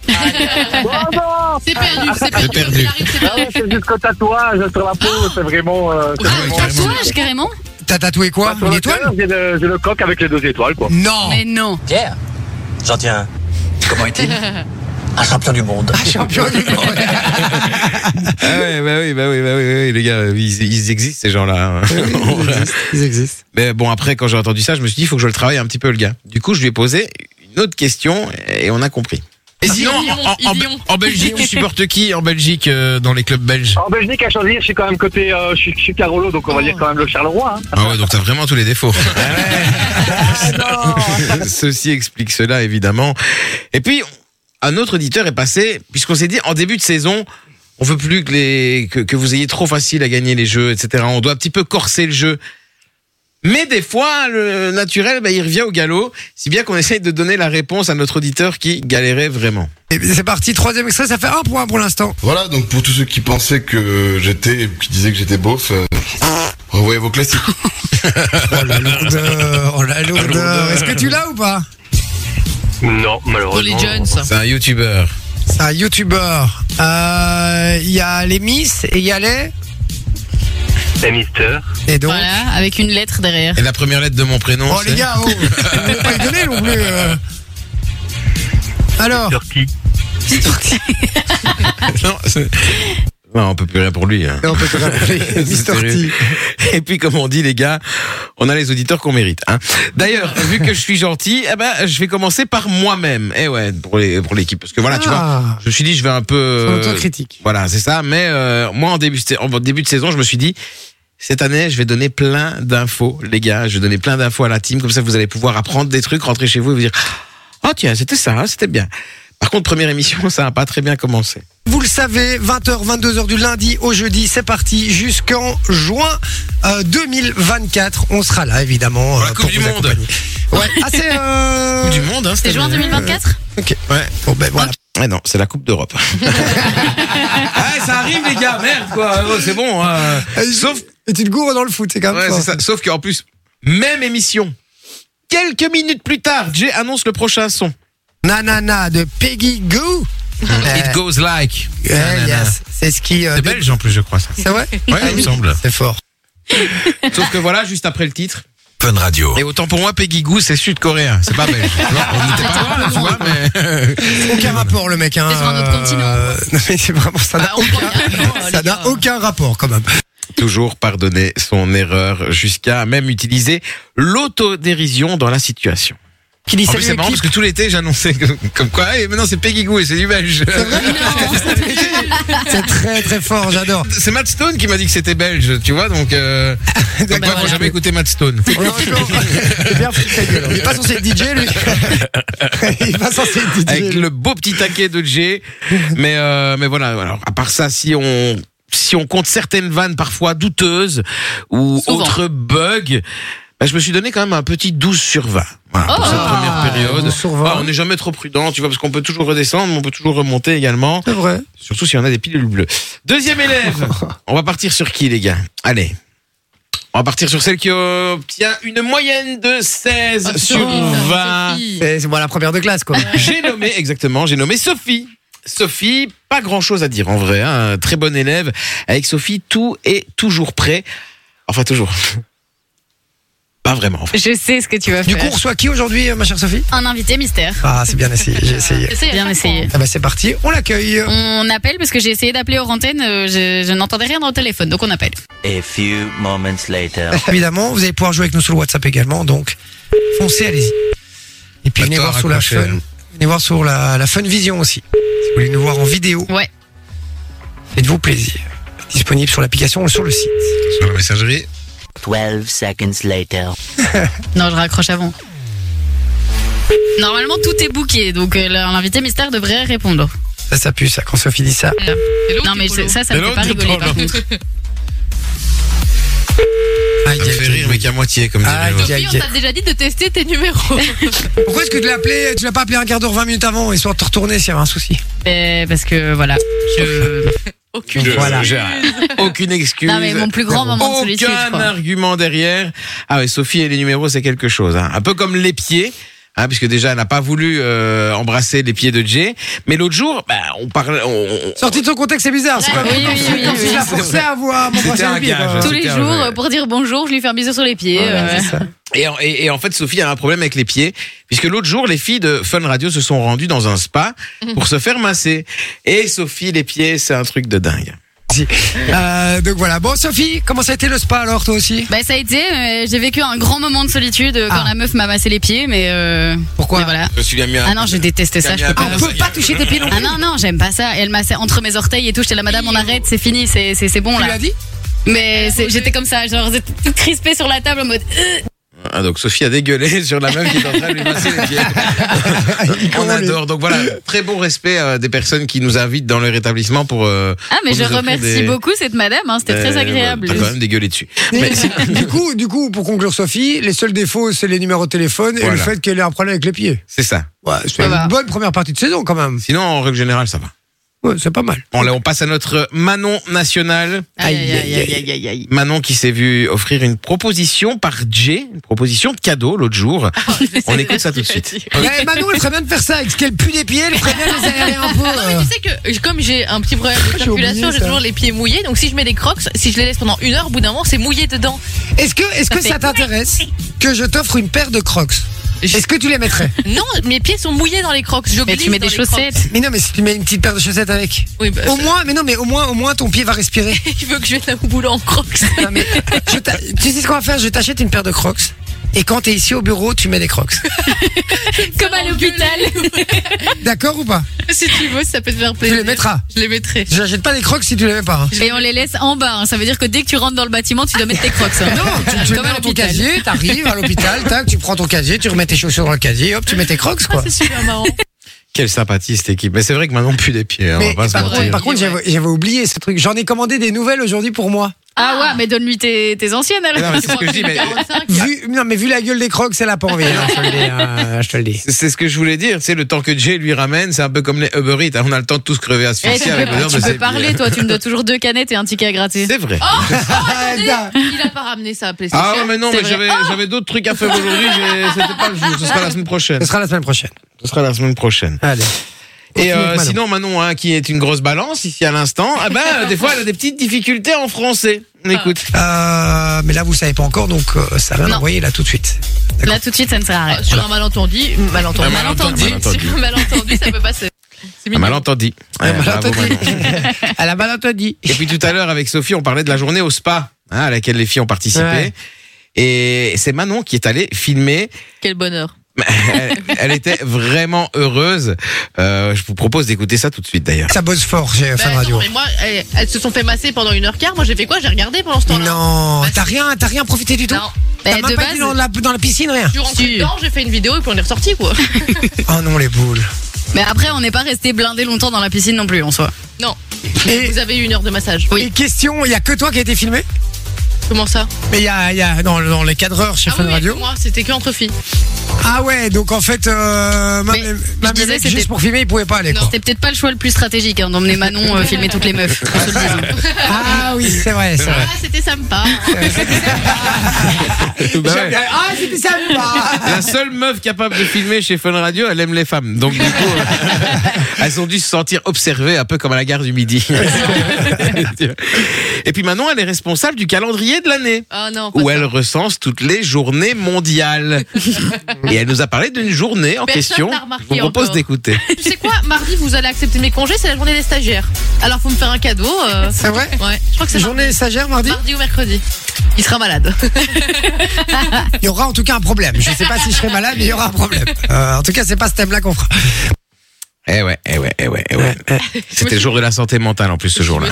[SPEAKER 2] C'est perdu, c'est
[SPEAKER 7] J'ai
[SPEAKER 2] perdu.
[SPEAKER 7] perdu.
[SPEAKER 6] Ah ouais, c'est jusqu'au tatouage sur la peau, c'est vraiment. euh, c'est vraiment-
[SPEAKER 3] Tatouage Ah, carrément
[SPEAKER 1] T'as tatoué quoi
[SPEAKER 6] Sur le cœur, J'ai le, j'ai le coq avec les deux étoiles quoi.
[SPEAKER 1] Non
[SPEAKER 3] Mais non
[SPEAKER 19] Pierre J'en tiens. un. Comment est-il Un champion du monde. Un champion du monde.
[SPEAKER 7] Ah ouais, bah oui, bah oui, bah oui, bah oui, les gars, ils, ils existent ces gens-là. hein. Ils existent, Mais bon, après, quand j'ai entendu ça, je me suis dit, il faut que je le travaille un petit peu, le gars. Du coup, je lui ai posé une autre question et on a compris. Et sinon,
[SPEAKER 20] Lyon,
[SPEAKER 7] en, en- en-
[SPEAKER 20] Lyon.
[SPEAKER 7] en Belgique, tu supportes qui en Belgique, euh, dans les clubs belges
[SPEAKER 14] En Belgique, à choisir, je suis quand même côté, euh, je suis, je suis Carolo, donc on va dire quand même le Charleroi. hein.
[SPEAKER 7] Ah ouais, donc t'as vraiment tous les défauts.
[SPEAKER 6] hein.
[SPEAKER 7] Ceci explique cela, évidemment. Et puis, un autre auditeur est passé, puisqu'on s'est dit, en début de saison, on veut plus que, les, que, que vous ayez trop facile à gagner les jeux, etc. On doit un petit peu corser le jeu. Mais des fois, le naturel, bah, il revient au galop, si bien qu'on essaye de donner la réponse à notre auditeur qui galérait vraiment.
[SPEAKER 1] Et Eh C'est parti, troisième extrait, ça fait un point pour l'instant.
[SPEAKER 21] Voilà, donc pour tous ceux qui pensaient que j'étais, qui disaient que j'étais beauf, euh, revoyez vos classiques.
[SPEAKER 1] oh la lourdeur, oh la lourdeur. Est-ce que tu l'as ou pas
[SPEAKER 7] Non,
[SPEAKER 6] Oh
[SPEAKER 1] malheureusement. Paulie Jones.
[SPEAKER 7] C'est un youtubeur.
[SPEAKER 1] C'est un youtubeur. Euh, Il y a les Miss et il y a les.
[SPEAKER 7] C'est Mister.
[SPEAKER 1] Et donc
[SPEAKER 3] Voilà, avec une lettre derrière.
[SPEAKER 7] Et la première lettre de mon prénom.
[SPEAKER 1] Oh les
[SPEAKER 7] c'est-
[SPEAKER 1] gars, oh, vous pouvez pas le donner non plus. euh. Alors
[SPEAKER 7] Non, c'est- Ouais, on peut plus rien pour lui. hein.
[SPEAKER 1] On peut plus rien pour lui.
[SPEAKER 7] C'est
[SPEAKER 1] Mr.
[SPEAKER 7] sérieux. Et puis, comme on dit, les gars, on a les auditeurs qu'on mérite. hein. D'ailleurs, vu que je suis gentil, eh ben, je vais commencer par moi-même. Et ouais, pour les- pour l'équipe, parce que voilà, tu
[SPEAKER 1] Ah.
[SPEAKER 7] vois, je me suis dit, je vais un peu. euh,
[SPEAKER 1] l'autocritique.
[SPEAKER 7] Voilà, c'est ça. Mais euh, moi, en début, en début de saison, je me suis dit. Cette année, je vais donner plein d'infos, les gars. Je vais donner plein d'infos à la team. Comme ça, vous allez pouvoir apprendre des trucs, rentrer chez vous et vous dire, oh tiens, c'était ça, hein, c'était bien. Par contre, première émission, ça n'a pas très bien commencé.
[SPEAKER 1] Vous le savez, 20h, 22h du lundi au jeudi, c'est parti jusqu'en juin euh, 2024. On sera là évidemment. euh, pour vous accompagner. Ouais, ah, c'est. euh,
[SPEAKER 7] Coupe du monde, hein, cette
[SPEAKER 3] C'est juin
[SPEAKER 7] année.
[SPEAKER 3] 2024
[SPEAKER 1] Ok.
[SPEAKER 7] Ouais. Bon, ben voilà. Ouais, non, c'est la Coupe d'Europe. ouais, ça arrive, les gars, merde, quoi. Ouais, c'est bon. euh, Sauf.
[SPEAKER 1] Ah, Et tu te gourres dans le foot, c'est quand même
[SPEAKER 7] Ouais,
[SPEAKER 1] fort.
[SPEAKER 7] c'est ça. Sauf qu'en plus, même émission. Quelques minutes plus tard, Jay annonce le prochain son.
[SPEAKER 1] Nanana de Peggy Goo.
[SPEAKER 7] It goes like. Ah,
[SPEAKER 1] Eh, yes. C'est ce qui. euh,
[SPEAKER 7] C'est
[SPEAKER 1] dé-
[SPEAKER 7] belge en plus, je crois, ça.
[SPEAKER 1] C'est vrai
[SPEAKER 7] Ouais, il me semble.
[SPEAKER 1] C'est fort.
[SPEAKER 7] Sauf que voilà, juste après le titre.
[SPEAKER 18] Fun Radio.
[SPEAKER 7] Et autant pour moi, Peggy Goo, c'est sud-coréen. C'est pas belge. Tu vois, on n'était pas loin, tu vois, mais.
[SPEAKER 1] Aucun rapport, le mec. Hein,
[SPEAKER 7] C'est sur un autre
[SPEAKER 1] euh,
[SPEAKER 7] continent. Bah,
[SPEAKER 1] non, mais c'est vraiment ça. n'a aucun- Ça n'a aucun rapport, quand même.
[SPEAKER 7] toujours pardonner son erreur jusqu'à même utiliser l'autodérision dans la situation.
[SPEAKER 1] Qui dit
[SPEAKER 7] en
[SPEAKER 1] salut,
[SPEAKER 7] plus, c'est marrant
[SPEAKER 1] équipe.
[SPEAKER 7] parce que tout l'été j'annonçais que- comme quoi, et maintenant c'est Peggy Goo et c'est du belge.
[SPEAKER 1] C'est très très fort, j'adore.
[SPEAKER 7] C'est Matt Stone qui m'a dit que c'était belge, tu vois, donc. Euh, donc ouais, faut jamais écouter Matt Stone.
[SPEAKER 1] C'est bien foutu de ta gueule. Il est pas censé être DJ, lui. Il est pas censé être DJ.
[SPEAKER 7] Avec le beau petit taquet de Jay. mais, euh, mais voilà, alors, à part ça, si on. Si on compte certaines vannes parfois douteuses ou
[SPEAKER 20] Souvent.
[SPEAKER 7] autres bugs, bah, je me suis donné quand même un petit 12 sur 20 voilà, pour
[SPEAKER 20] Oh.
[SPEAKER 1] Ah,
[SPEAKER 7] cette première période.
[SPEAKER 1] 12 sur
[SPEAKER 7] Bah, on n'est jamais trop prudent, tu vois, parce qu'on peut toujours redescendre, mais on peut toujours remonter également.
[SPEAKER 1] C'est vrai.
[SPEAKER 7] Surtout si on a des pilules bleues. Deuxième élève, on va partir sur qui les gars Allez. On va partir sur celle qui obtient une moyenne de 16 sur 20.
[SPEAKER 1] C'est c'est moi la première de classe, quoi.
[SPEAKER 7] J'ai nommé, exactement, j'ai nommé Sophie. Sophie, pas grand chose à dire en vrai, hein, très bonne élève. Avec Sophie, tout est toujours prêt. Enfin, toujours. Pas vraiment, en fait.
[SPEAKER 3] Je sais ce que tu vas
[SPEAKER 1] Du
[SPEAKER 3] faire.
[SPEAKER 1] coup, on reçoit qui aujourd'hui, euh, ma chère Sophie
[SPEAKER 3] Un invité mystère.
[SPEAKER 1] Ah, c'est bien essayé, j'ai essayé.
[SPEAKER 3] Bien essayé.
[SPEAKER 1] Ah bah c'est parti, on l'accueille.
[SPEAKER 3] On appelle parce que j'ai essayé d'appeler aux antennes, euh, je, je n'entendais rien dans le téléphone, donc on appelle.
[SPEAKER 19] A few moments later.
[SPEAKER 1] Évidemment, vous allez pouvoir jouer avec nous sur le WhatsApp également, donc foncez, allez-y. Et puis venez voir sur la
[SPEAKER 7] raccroché,
[SPEAKER 1] fun.
[SPEAKER 7] hein.
[SPEAKER 1] Venez voir sur la, la fun vision aussi. Si vous voulez nous voir en vidéo.
[SPEAKER 3] Ouais.
[SPEAKER 1] Faites-vous plaisir. Disponible sur l'application ou sur le site.
[SPEAKER 7] Sur la messagerie.
[SPEAKER 19] 12 seconds later.
[SPEAKER 3] Non, je raccroche avant. Normalement, tout est booké, donc euh, là, l'invité mystère devrait répondre.
[SPEAKER 1] Ça, ça pue, ça, quand Sophie dit ça.
[SPEAKER 3] non, mais c'est- ça, ça me
[SPEAKER 7] Hello,
[SPEAKER 3] fait pas
[SPEAKER 7] tu
[SPEAKER 3] rigoler par
[SPEAKER 7] parles.
[SPEAKER 3] contre.
[SPEAKER 7] Ça me fait rire, mais qu'à moitié, comme dirait l'autre.
[SPEAKER 1] Aïe, aïe,
[SPEAKER 20] On
[SPEAKER 1] aïe.
[SPEAKER 20] t'a déjà dit de tester tes numéros.
[SPEAKER 1] Pourquoi est-ce que tu l'as appelé, tu l'as pas appelé un quart d'heure, 20 minutes avant, histoire de te retourner s'il y avait un souci
[SPEAKER 3] Euh, parce que voilà, je.
[SPEAKER 7] Je-
[SPEAKER 1] Voilà.
[SPEAKER 7] j'ai aucune excuse.
[SPEAKER 3] Non, mais mon plus grand moment de
[SPEAKER 7] Aucun
[SPEAKER 3] solitude, je crois.
[SPEAKER 7] argument derrière. Ah ouais, Sophie et les numéros, c'est quelque chose. hein. Un peu comme les pieds. Hein, puisque déjà elle n'a pas voulu euh, embrasser les pieds de Jay, mais l'autre jour, bah, on parlait, on- on-
[SPEAKER 1] Sorti de son contexte, c'est bizarre. C'est
[SPEAKER 7] Ouais,
[SPEAKER 1] pas
[SPEAKER 7] Bah, oui, oui, oui,
[SPEAKER 1] Comme si
[SPEAKER 7] oui,
[SPEAKER 1] je la
[SPEAKER 7] c'est
[SPEAKER 1] forçais
[SPEAKER 7] vrai.
[SPEAKER 1] à voir mon
[SPEAKER 7] C'était
[SPEAKER 1] bracelet
[SPEAKER 7] un
[SPEAKER 1] au pied,
[SPEAKER 7] gage,
[SPEAKER 1] quoi.
[SPEAKER 7] hein.
[SPEAKER 3] Tous les
[SPEAKER 7] C'était
[SPEAKER 3] jours,
[SPEAKER 7] vrai.
[SPEAKER 3] euh, pour dire bonjour, je lui fais un bisou sur les pieds. euh,
[SPEAKER 7] Et, en- et- et en fait, Sophie a un problème avec les pieds, puisque l'autre jour, les filles de Fun Radio se
[SPEAKER 3] Mhm.
[SPEAKER 7] sont rendues dans un spa pour se faire masser. Et Sophie, les pieds, c'est un truc de dingue.
[SPEAKER 1] Si. Euh, donc voilà. Bon, Sophie, comment ça a été le spa alors, toi aussi
[SPEAKER 3] Bah ça a été, euh, j'ai vécu un grand moment de solitude euh, quand la meuf m'a massé les pieds, mais pourquoi voilà.
[SPEAKER 7] Je me suis mis un-
[SPEAKER 3] Ah non, je détestais ça.
[SPEAKER 7] Il
[SPEAKER 3] Je
[SPEAKER 7] a mis
[SPEAKER 3] peux
[SPEAKER 7] un
[SPEAKER 3] pas.
[SPEAKER 7] peu de On peut
[SPEAKER 3] pas toucher tes pieds non Ah non non, j'aime pas ça. Et elle massait entre mes orteils et tout. J'étais la madame, on arrête, c'est fini, c'est c'est c'est bon là. Tu l'as
[SPEAKER 1] dit
[SPEAKER 3] Mais c'est- j'étais comme ça, genre toute crispée sur la table en mode. euh,
[SPEAKER 7] Ah, donc Sophie a dégueulé sur la meuf qui est en train de lui masser les pieds. On adore. Donc voilà, très bon respect euh, des personnes qui nous invitent dans leur établissement pour. euh,
[SPEAKER 3] Ah mais
[SPEAKER 7] pour
[SPEAKER 3] je
[SPEAKER 7] nous offrir
[SPEAKER 3] remercie
[SPEAKER 7] des-
[SPEAKER 3] beaucoup cette madame, hein, c'était
[SPEAKER 7] Euh,
[SPEAKER 3] très
[SPEAKER 7] voilà,
[SPEAKER 3] agréable.
[SPEAKER 7] T'as quand même dégueulé dessus. Mais si-
[SPEAKER 1] du coup, du coup, pour conclure, Sophie, les seuls défauts, c'est les numéros de téléphone et le
[SPEAKER 7] Voilà.
[SPEAKER 1] fait qu'elle ait un problème avec les pieds.
[SPEAKER 7] c'est ça.
[SPEAKER 1] C'est une bonne première partie de saison quand même.
[SPEAKER 7] Sinon, en règle générale, ça va.
[SPEAKER 1] Ouais, c'est pas mal.
[SPEAKER 7] Bon, là, on passe à notre Manon nationale.
[SPEAKER 2] Aïe, aïe, aïe, aïe, aïe, aïe.
[SPEAKER 7] Manon qui s'est vue offrir une proposition par Jay, une proposition de cadeau l'autre jour.
[SPEAKER 2] Ah.
[SPEAKER 7] On écoute ça tout de suite.
[SPEAKER 1] Ouais, Manon, elle ferait bien de faire ça. Avec ce qu'elle pue des euh pieds, elle ferait bien de les aérer un peu.
[SPEAKER 20] Non, mais tu sais que comme j'ai un petit
[SPEAKER 7] Ah,
[SPEAKER 20] problème de
[SPEAKER 1] J'ai
[SPEAKER 20] circulation,
[SPEAKER 1] oublié
[SPEAKER 20] j'ai
[SPEAKER 1] ça.
[SPEAKER 20] toujours les pieds mouillés. Donc si je mets des crocs, si je les laisse pendant une heure, au bout d'un moment, c'est mouillé dedans.
[SPEAKER 1] Est-ce que, est-ce que
[SPEAKER 20] fait-
[SPEAKER 1] ça t'intéresse que je t'offre une paire de crocs Est-ce que tu les mettrais
[SPEAKER 20] Non, mes pieds sont mouillés dans les crocs. Je glisse dans les crocs.
[SPEAKER 1] Mais non, mais si tu mets une petite paire de chaussettes avec.
[SPEAKER 20] Oui, bah,
[SPEAKER 1] au
[SPEAKER 20] ça-
[SPEAKER 1] moins, mais non, mais au moins, au moins ton pied va respirer.
[SPEAKER 20] Tu veux que je vienne au boulot en crocs
[SPEAKER 1] Non, mais je t'a- tu sais ce qu'on va faire Je t'achète une paire de crocs. Et quand t'es ici au bureau, tu mets des crocs.
[SPEAKER 3] Comme à l'hôpital.
[SPEAKER 1] D'accord ou pas
[SPEAKER 20] si tu veux, ça peut te faire
[SPEAKER 1] Tu
[SPEAKER 20] plaisir.
[SPEAKER 1] les mettras.
[SPEAKER 20] Je les mettrai.
[SPEAKER 1] Je n'achète pas des crocs si tu les mets pas. hein.
[SPEAKER 3] Et on les laisse en bas. hein. Ça veut dire que dès que tu rentres dans le bâtiment, tu dois mettre tes crocs. hein.
[SPEAKER 1] Non, Ah, tu, tu les
[SPEAKER 3] Comme
[SPEAKER 1] mets
[SPEAKER 3] à
[SPEAKER 1] dans ton
[SPEAKER 3] l'hôpital.
[SPEAKER 1] casier, t'arrives à l'hôpital, tac, tu prends ton casier, tu remets tes chaussures dans le casier, hop, tu mets tes crocs, quoi.
[SPEAKER 3] Ah,
[SPEAKER 20] C'est super marrant.
[SPEAKER 7] Quelle sympathie cette équipe. Mais c'est vrai que Manon pue des pieds. hein, on
[SPEAKER 1] Mais
[SPEAKER 7] va pas se
[SPEAKER 1] par,
[SPEAKER 7] mentir.
[SPEAKER 1] par contre, j'avais j'avais oublié ce truc. J'en ai commandé des nouvelles aujourd'hui pour moi.
[SPEAKER 3] Ah ouais, mais donne-lui tes, tes anciennes alors.
[SPEAKER 7] Non, mais Ah, c'est ce que je dis, mais-
[SPEAKER 20] 45.
[SPEAKER 1] Vu, non, mais vu la gueule des crocs, elle a pas envie. hein, je te le dis, hein, je te le dis.
[SPEAKER 7] C'est- C'est ce que je voulais dire. C'est le temps que Jay lui ramène, c'est un peu comme les Uber Eats. hein, On a le temps de tous crever
[SPEAKER 3] Eh,
[SPEAKER 7] asphyxiés
[SPEAKER 3] tu
[SPEAKER 7] avec
[SPEAKER 3] peux,
[SPEAKER 7] l'odeur
[SPEAKER 3] tu
[SPEAKER 7] de
[SPEAKER 3] peux
[SPEAKER 7] ses
[SPEAKER 3] parler,
[SPEAKER 7] pieds.
[SPEAKER 3] toi, tu Oh, me dois toujours deux canettes et un ticket à gratter.
[SPEAKER 7] C'est vrai.
[SPEAKER 20] Il a pas ramené ça à PlayStation.
[SPEAKER 7] ah ouais, mais non,
[SPEAKER 20] C'est
[SPEAKER 7] mais
[SPEAKER 20] vrai.
[SPEAKER 3] Oh.
[SPEAKER 7] j'avais j'avais d'autres trucs à faire aujourd'hui. j'ai- C'était pas le jour. Ce sera la semaine prochaine.
[SPEAKER 1] Ce sera la semaine prochaine.
[SPEAKER 7] Ce sera la semaine prochaine.
[SPEAKER 1] Allez.
[SPEAKER 7] Et
[SPEAKER 1] Continue
[SPEAKER 7] euh,
[SPEAKER 1] avec Manon.
[SPEAKER 7] sinon, Manon, hein, qui est une grosse balance ici à l'instant, ah ben, euh, des fois, elle a des petites difficultés en français.
[SPEAKER 3] Ah,
[SPEAKER 7] On écoute.
[SPEAKER 1] Euh, mais là, vous savez pas encore, donc euh, ça va
[SPEAKER 20] Non.
[SPEAKER 1] l'envoyer là tout de suite.
[SPEAKER 3] Là, tout de suite, ça ne sert à rien.
[SPEAKER 20] Ah, Sur un malentendu, malentendu,
[SPEAKER 7] Un malentendu.
[SPEAKER 20] Sur un malentendu, ça peut passer. C'est
[SPEAKER 7] Un
[SPEAKER 20] mignon.
[SPEAKER 7] malentendu. Ouais, Eh, bravo, Manon.
[SPEAKER 1] Elle a mal entendu.
[SPEAKER 7] Et puis tout à l'heure, avec Sophie, on parlait de la journée au spa, hein, à laquelle les filles ont participé.
[SPEAKER 1] Ouais.
[SPEAKER 7] Et c'est Manon qui est allée filmer.
[SPEAKER 20] Quel bonheur.
[SPEAKER 7] elle, elle était vraiment heureuse. Euh, je vous propose d'écouter ça tout de suite d'ailleurs.
[SPEAKER 1] Ça bosse fort chez
[SPEAKER 20] Bah,
[SPEAKER 1] Fun
[SPEAKER 20] attends,
[SPEAKER 1] Radio.
[SPEAKER 20] mais moi, elles, elles se sont fait masser pendant une heure quart. Moi, j'ai fait quoi J'ai regardé pendant ce temps-là.
[SPEAKER 1] Non, t'as rien, t'as rien profité du tout.
[SPEAKER 20] Non.
[SPEAKER 1] T'as
[SPEAKER 3] Eh,
[SPEAKER 1] même
[SPEAKER 3] de
[SPEAKER 1] pas
[SPEAKER 3] base-
[SPEAKER 1] été dans la, dans la piscine, rien.
[SPEAKER 20] Je suis rentrée dedans, j'ai fait une vidéo et puis on est ressorti quoi.
[SPEAKER 1] Oh non, les boules.
[SPEAKER 3] Mais après, on n'est pas resté blindé longtemps dans la piscine non plus, en soi.
[SPEAKER 20] Non.
[SPEAKER 1] Et-
[SPEAKER 20] Vous avez eu une heure de massage.
[SPEAKER 1] Et question, il y a que toi qui a été filmé
[SPEAKER 20] Comment ça
[SPEAKER 1] Mais il y a, il y a dans, dans les cadreurs chez
[SPEAKER 20] Ah
[SPEAKER 1] Fun
[SPEAKER 20] oui, oui,
[SPEAKER 1] Radio.
[SPEAKER 20] que moi, c'était que entre filles.
[SPEAKER 1] Ah ouais, donc en fait, euh, même,
[SPEAKER 3] Mais
[SPEAKER 1] même
[SPEAKER 3] je
[SPEAKER 1] les
[SPEAKER 3] disais,
[SPEAKER 1] mecs,
[SPEAKER 3] c'était-
[SPEAKER 1] juste pour filmer, ils pouvaient pas aller. Quoi.
[SPEAKER 3] C'était peut-être pas le choix le plus stratégique hein, d'emmener Manon euh, filmer toutes les meufs. qu'on se le dise, hein.
[SPEAKER 1] Ah oui, c'est vrai, c'est
[SPEAKER 20] Ah,
[SPEAKER 1] vrai.
[SPEAKER 20] c'était sympa.
[SPEAKER 7] Bah ouais.
[SPEAKER 1] Ah, c'était sympa
[SPEAKER 7] La seule meuf capable de filmer chez Fun Radio, elle aime les femmes. Donc du coup, euh, elles ont dû se sentir observées un peu comme à la gare du Midi. Et puis Manon, elle est responsable du calendrier de l'année.
[SPEAKER 20] Oh non. pas
[SPEAKER 7] Où
[SPEAKER 20] ça.
[SPEAKER 7] elle recense toutes les journées mondiales. Et elle nous a parlé d'une journée en
[SPEAKER 20] Personne
[SPEAKER 7] question.
[SPEAKER 20] n'a
[SPEAKER 7] Je
[SPEAKER 20] remarqué
[SPEAKER 7] vous propose
[SPEAKER 20] encore.
[SPEAKER 7] d'écouter.
[SPEAKER 20] Tu sais quoi Mardi, vous allez accepter mes congés, c'est la journée des stagiaires. Alors, faut me faire un cadeau. euh,
[SPEAKER 1] C'est vrai
[SPEAKER 20] Ouais, je crois que c'est
[SPEAKER 1] Journée stagiaire mardi
[SPEAKER 3] Hein
[SPEAKER 20] mardi ou mercredi. Il sera malade.
[SPEAKER 1] Il y aura en tout cas un problème. Je sais pas si je serai malade, mais il y aura un problème. Euh, en tout cas, c'est pas ce thème-là qu'on fera.
[SPEAKER 7] Eh ouais, eh ouais, eh ouais, eh ouais. C'était le jour de la santé mentale en plus ce jour-là.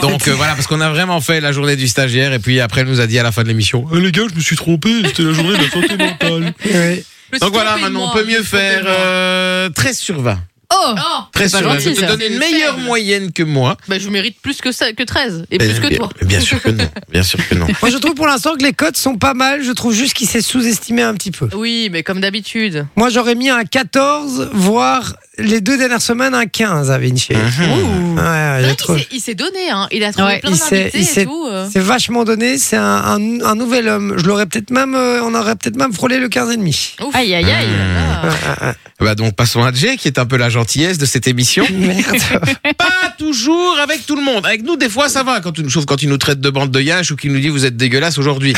[SPEAKER 7] Donc euh, voilà, parce qu'on a vraiment fait la journée du stagiaire et puis après elle nous a dit à la fin de l'émission, Eh, les gars, je me suis trompé, c'était la journée de la santé mentale.
[SPEAKER 1] Oui.
[SPEAKER 7] Donc voilà, maintenant on peut mieux faire euh, 13 sur 20.
[SPEAKER 3] Oh,
[SPEAKER 7] Très
[SPEAKER 20] C'est
[SPEAKER 7] sur
[SPEAKER 20] pas
[SPEAKER 7] 20. Je vais
[SPEAKER 20] gentil,
[SPEAKER 7] te
[SPEAKER 20] ça.
[SPEAKER 7] donner une meilleure
[SPEAKER 20] Faible.
[SPEAKER 7] moyenne que moi.
[SPEAKER 20] Bah, je mérite plus que ça, que 13 et
[SPEAKER 7] Ben,
[SPEAKER 20] plus que
[SPEAKER 7] bien,
[SPEAKER 20] toi.
[SPEAKER 7] bien sûr que non, bien sûr que non.
[SPEAKER 1] Moi, je trouve pour l'instant que les codes sont pas mal. Je trouve juste qu'il s'est sous-estimé un petit peu.
[SPEAKER 20] Oui, mais comme d'habitude.
[SPEAKER 1] Moi, j'aurais mis un 14, voire les deux dernières semaines, un 15 à Vinci. Mmh. Ouh. Ouais, ouais,
[SPEAKER 20] C'est
[SPEAKER 1] j'ai
[SPEAKER 20] vrai
[SPEAKER 1] trouvé.
[SPEAKER 20] qu'il s'est- Il s'est donné, hein. Il a trouvé
[SPEAKER 1] Ouais,
[SPEAKER 20] plein
[SPEAKER 1] il s'est-
[SPEAKER 20] d'invités
[SPEAKER 1] il s'est-
[SPEAKER 20] et tout. euh.
[SPEAKER 1] C'est vachement donné, c'est un, un- un nouvel homme. Je l'aurais peut-être même, euh, on aurait peut-être même frôlé le 15 et demi.
[SPEAKER 20] Ouf.
[SPEAKER 3] Aïe, aïe, aïe.
[SPEAKER 1] Ah,
[SPEAKER 20] Ah.
[SPEAKER 1] ah, ah.
[SPEAKER 7] Bah donc passons à Jay qui est un peu la gentillesse de cette émission.
[SPEAKER 1] Merde.
[SPEAKER 7] Pas toujours avec tout le monde. Avec nous des fois ça va quand tu nous sauf quand il nous traite de bande de yach ou qu'il nous dit vous êtes dégueulasse aujourd'hui.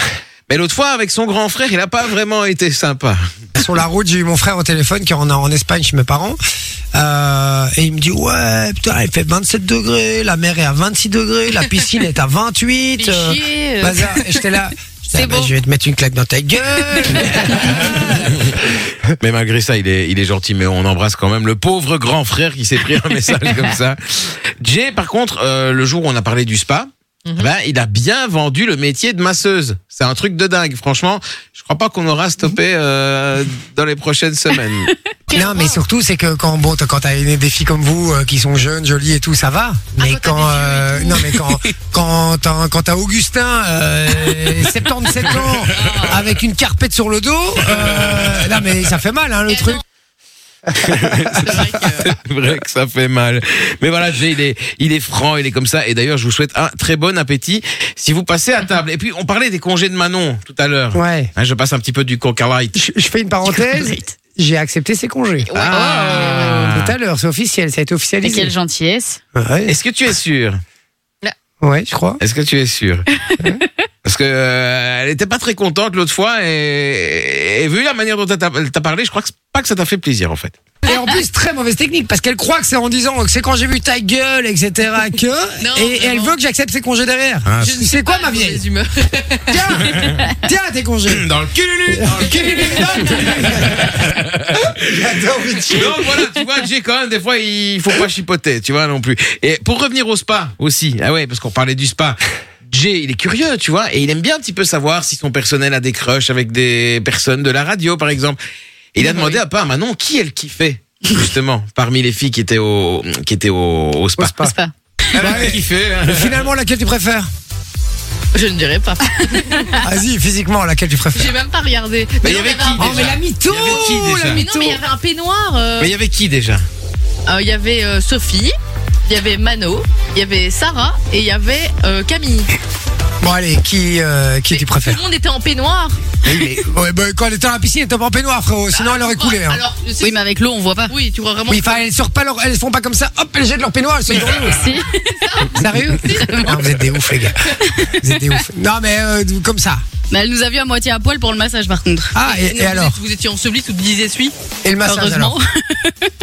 [SPEAKER 7] Mais l'autre fois avec son grand frère, il a pas vraiment été sympa.
[SPEAKER 1] Sur la route, j'ai eu mon frère au téléphone qui en a en Espagne chez mes parents. Euh, et il me dit ouais putain il fait 27 degrés, la mer est à 26 degrés, la piscine est à 28.
[SPEAKER 2] Fais
[SPEAKER 1] euh,
[SPEAKER 2] chier, euh.
[SPEAKER 1] bazar. Et j'étais là. j'étais là,
[SPEAKER 2] C'est
[SPEAKER 1] bah,
[SPEAKER 2] bon.
[SPEAKER 1] Je vais te mettre une claque dans ta gueule.
[SPEAKER 7] Mais malgré ça, il est, il est gentil, mais on embrasse quand même le pauvre grand frère qui s'est pris un message comme ça. Jay, par contre, euh, le jour où on a parlé du spa, ben, il a bien vendu le métier de masseuse. C'est un truc de dingue, franchement. Je crois pas qu'on aura stoppé euh, dans les prochaines semaines.
[SPEAKER 1] non mais surtout c'est que quand bon t'as- quand t'as une- des filles comme vous euh, qui sont jeunes, jolies et tout ça va. Mais quand, euh, non mais quand quand t'as- quand t'as Augustin euh, 77 ans avec une carpette sur le dos, euh, là mais ça fait mal hein, le truc.
[SPEAKER 7] C'est vrai que ça fait mal. Mais voilà, Jay, il est, il est franc, il est comme ça. Et d'ailleurs, je vous souhaite un très bon appétit si vous passez à table. Et puis, on parlait des congés de Manon tout à l'heure.
[SPEAKER 1] Ouais.
[SPEAKER 7] Hein, je passe un petit peu du coca light.
[SPEAKER 1] Je fais une parenthèse. J'ai accepté ses congés. Tout à l'heure, c'est officiel, ça a
[SPEAKER 20] Ah,
[SPEAKER 1] été
[SPEAKER 3] Et
[SPEAKER 1] officialisé.
[SPEAKER 3] quelle gentillesse.
[SPEAKER 7] Est-ce que tu es sûr
[SPEAKER 1] Ouais, je crois.
[SPEAKER 7] Est-ce que tu es sûr Parce que euh, elle était pas très contente l'autre fois et, et vu la manière dont elle t'a elle t'a parlé, je crois que c'est pas que ça t'a fait plaisir en fait.
[SPEAKER 1] Et en plus, très mauvaise technique, parce qu'elle croit que c'est en disant que c'est quand j'ai vu ta gueule, etc., que. et et elle veut que j'accepte ses congés derrière.
[SPEAKER 7] Ah,
[SPEAKER 1] Je- c'est quoi ma vieille Tiens Tiens tes congés
[SPEAKER 7] Dans le cululu Dans le cululu dans le cululu. Donc voilà, tu vois, j'ai quand même, des fois, il faut pas chipoter, tu vois, non plus. Et pour revenir au spa aussi, ah ouais, parce qu'on parlait du spa. Jay, il est curieux, tu vois, et il aime bien un petit peu savoir si son personnel a des crushs avec des personnes de la radio, par exemple. Et il a demandé à part Manon qui elle kiffait, justement, parmi les filles qui étaient au, qui étaient au, au spa.
[SPEAKER 1] Au spa.
[SPEAKER 7] Elle a kiffé, hein.
[SPEAKER 1] Mais Finalement, laquelle tu préfères
[SPEAKER 2] Je ne dirais pas.
[SPEAKER 1] Vas-y, physiquement, laquelle tu préfères
[SPEAKER 20] J'ai même pas regardé.
[SPEAKER 7] Mais il y
[SPEAKER 20] non,
[SPEAKER 7] avait
[SPEAKER 20] un-
[SPEAKER 7] qui,
[SPEAKER 20] Oh,
[SPEAKER 7] déjà
[SPEAKER 20] mais la mytho
[SPEAKER 7] Il y avait qui, déjà
[SPEAKER 20] Mais non, mais il y avait un peignoir. euh,
[SPEAKER 7] Mais il y avait qui déjà
[SPEAKER 2] Euh, Il y avait euh, Sophie, il y avait Mano, il y avait Sarah et il y avait euh, Camille.
[SPEAKER 1] Bon, allez, qui, euh, qui tu
[SPEAKER 20] Tout
[SPEAKER 1] préfères
[SPEAKER 20] le monde était en peignoir.
[SPEAKER 1] Oui, mais- ouais, bah, quand elle était dans la piscine, elle était en peignoir, frérot, sinon elle aurait coulé. Hein.
[SPEAKER 20] Alors, je sais-
[SPEAKER 3] Oui, mais avec l'eau, on voit pas.
[SPEAKER 20] Oui, tu vois vraiment.
[SPEAKER 1] Oui, enfin, elles sortent pas leur, elles font pas comme ça. Hop, elles jettent leur peignoir, elles sont dans l'eau.
[SPEAKER 3] Si.
[SPEAKER 1] Sérieux Non, Vous êtes des ouf, les gars. Vous êtes des ouf. Non, mais euh, comme ça.
[SPEAKER 3] Mais elle nous a vu à moitié à poil pour le massage par contre.
[SPEAKER 1] Ah, et, et
[SPEAKER 20] Vous
[SPEAKER 1] alors
[SPEAKER 20] êtes- Vous étiez ensevelis toutes 10 essuies.
[SPEAKER 1] Et le massage
[SPEAKER 20] Heureusement.
[SPEAKER 1] alors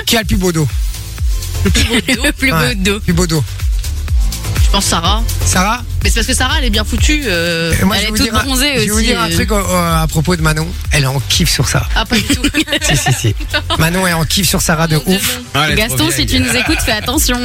[SPEAKER 1] Qui a le plus beau dos
[SPEAKER 3] Le plus beau
[SPEAKER 1] Ouais,
[SPEAKER 3] dos.
[SPEAKER 1] le Plus beau dos.
[SPEAKER 20] Je pense Sarah.
[SPEAKER 1] Sarah
[SPEAKER 20] Mais c'est parce que Sarah, elle est bien foutue. euh,
[SPEAKER 1] Et moi,
[SPEAKER 3] elle
[SPEAKER 1] je
[SPEAKER 3] est
[SPEAKER 1] vais vous
[SPEAKER 3] toute
[SPEAKER 1] dire un-
[SPEAKER 3] bronzée
[SPEAKER 1] Je vais vous
[SPEAKER 3] aussi,
[SPEAKER 1] dire un
[SPEAKER 3] euh.
[SPEAKER 1] truc euh, euh, à propos de Manon. Elle est en kiff sur ça.
[SPEAKER 20] Ah, pas du tout.
[SPEAKER 1] si, si, si. Manon est en kiff sur Sarah de ouf.
[SPEAKER 7] Ah, elle est
[SPEAKER 3] Gaston,
[SPEAKER 7] trop
[SPEAKER 3] si
[SPEAKER 7] vieille.
[SPEAKER 3] tu nous écoutes, fais attention.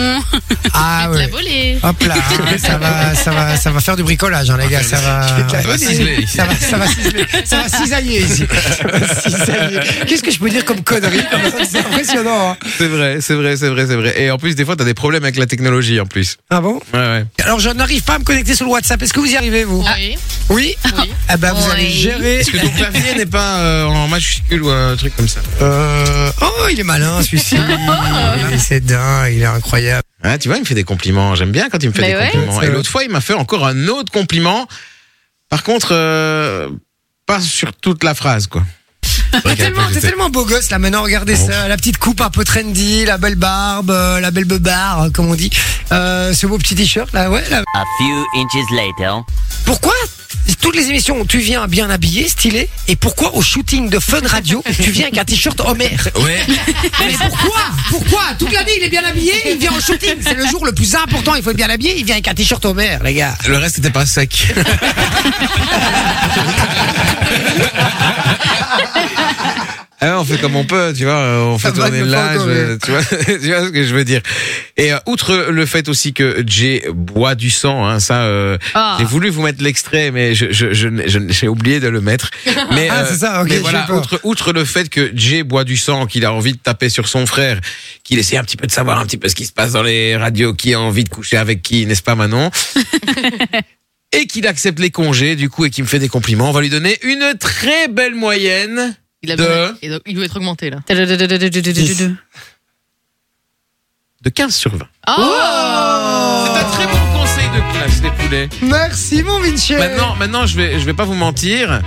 [SPEAKER 1] Ah
[SPEAKER 20] La
[SPEAKER 1] ouais.
[SPEAKER 20] volée.
[SPEAKER 1] Hop là, hein, ça va, ça va, ça va faire du bricolage, hein, les gars. Ça va,
[SPEAKER 7] Ça va ciseler, ici.
[SPEAKER 1] ça va, ça va ciseler. Ça va cisailler ici. Ça va cisailler. Qu'est-ce que je peux dire comme connerie comme ça C'est impressionnant. hein.
[SPEAKER 7] C'est vrai, c'est vrai, c'est vrai, c'est vrai. Et en plus, des fois, t'as des problèmes avec la technologie, en plus.
[SPEAKER 1] Ah bon
[SPEAKER 7] Ouais, ouais.
[SPEAKER 1] Alors, je n'arrive pas à me connecter sur le WhatsApp. Est-ce que vous y arrivez vous
[SPEAKER 3] Ah,
[SPEAKER 20] Oui.
[SPEAKER 1] Oui. Eh ben, vous allez
[SPEAKER 3] Oui.
[SPEAKER 1] gérer.
[SPEAKER 7] Est-ce que ton clavier n'est pas euh, en majuscule ou un truc comme ça
[SPEAKER 1] Euh, Oh, il est malin celui-ci. Oui, C'est dingue, il est incroyable.
[SPEAKER 7] Ah, tu vois, il me fait des compliments. J'aime bien quand il me fait
[SPEAKER 1] Bah
[SPEAKER 3] Mais
[SPEAKER 7] des
[SPEAKER 3] ouais.
[SPEAKER 7] compliments.
[SPEAKER 1] C'est
[SPEAKER 7] Et
[SPEAKER 1] vrai.
[SPEAKER 7] l'autre fois, il m'a fait encore un autre compliment. Par contre, euh, pas sur toute la phrase, quoi.
[SPEAKER 1] T'es tellement, t'es tellement beau gosse là maintenant, regardez
[SPEAKER 7] Oh.
[SPEAKER 1] ça, la petite coupe un peu trendy, la belle barbe, euh, la belle beubare, euh, comme on dit, Euh, ce beau petit t-shirt là, ouais. là.
[SPEAKER 19] A few inches later.
[SPEAKER 1] Pourquoi toutes les émissions, tu viens bien habillé, stylé, et pourquoi au shooting de Fun Radio, tu viens avec un t-shirt Homer
[SPEAKER 7] Ouais.
[SPEAKER 1] Mais pourquoi Pourquoi Toute l'année il est bien habillé, il vient en shooting, c'est le jour le plus important, il faut être bien habillé, il vient avec un t-shirt Homer, les gars.
[SPEAKER 7] Le reste n'était pas sec. Ah, on fait comme on peut, tu vois, euh, on fait
[SPEAKER 1] Ça va,
[SPEAKER 7] tourner
[SPEAKER 1] Ah, bah, je
[SPEAKER 7] le
[SPEAKER 1] me fais encore rire.
[SPEAKER 7] linge, euh, tu vois, tu vois ce que je veux dire. Et euh, outre le fait aussi que Jay boit du sang, hein, ça, euh,
[SPEAKER 3] Ah.
[SPEAKER 7] j'ai voulu vous mettre l'extrait, mais je, je, je n'ai- je n'ai- j'ai oublié de le mettre. Mais,
[SPEAKER 1] Ah, c'est ça, ok,
[SPEAKER 7] Euh, mais
[SPEAKER 1] j'ai
[SPEAKER 7] voilà,
[SPEAKER 1] peur.
[SPEAKER 7] outre, outre le fait que Jay boit du sang, qu'il a envie de taper sur son frère, qu'il essaie un petit peu de savoir un petit peu ce qui se passe dans les radios, qui a envie de coucher avec qui, n'est-ce pas Manon Et qu'il accepte les congés, du coup, et qu'il me fait des compliments, on va lui donner une très belle moyenne.
[SPEAKER 2] Il a
[SPEAKER 7] De-
[SPEAKER 2] besoin- et donc, Il veut être augmenté là.
[SPEAKER 7] de 15 sur 20.
[SPEAKER 1] Oh
[SPEAKER 7] C'est un très bon conseil de classe, les poulets.
[SPEAKER 1] Merci mon Vinci.
[SPEAKER 7] Maintenant, maintenant je, vais, je vais pas vous mentir.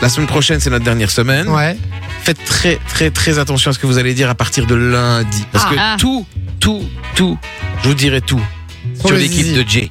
[SPEAKER 7] La semaine prochaine, c'est notre dernière semaine.
[SPEAKER 1] Ouais.
[SPEAKER 7] Faites très, très, très attention à ce que vous allez dire à partir de lundi. Parce
[SPEAKER 3] Ah,
[SPEAKER 7] que
[SPEAKER 3] ah.
[SPEAKER 7] tout, tout, tout, je vous dirai tout.
[SPEAKER 1] Sur
[SPEAKER 4] Sur
[SPEAKER 1] le
[SPEAKER 4] l'équipe
[SPEAKER 1] zizi.
[SPEAKER 4] de Jay.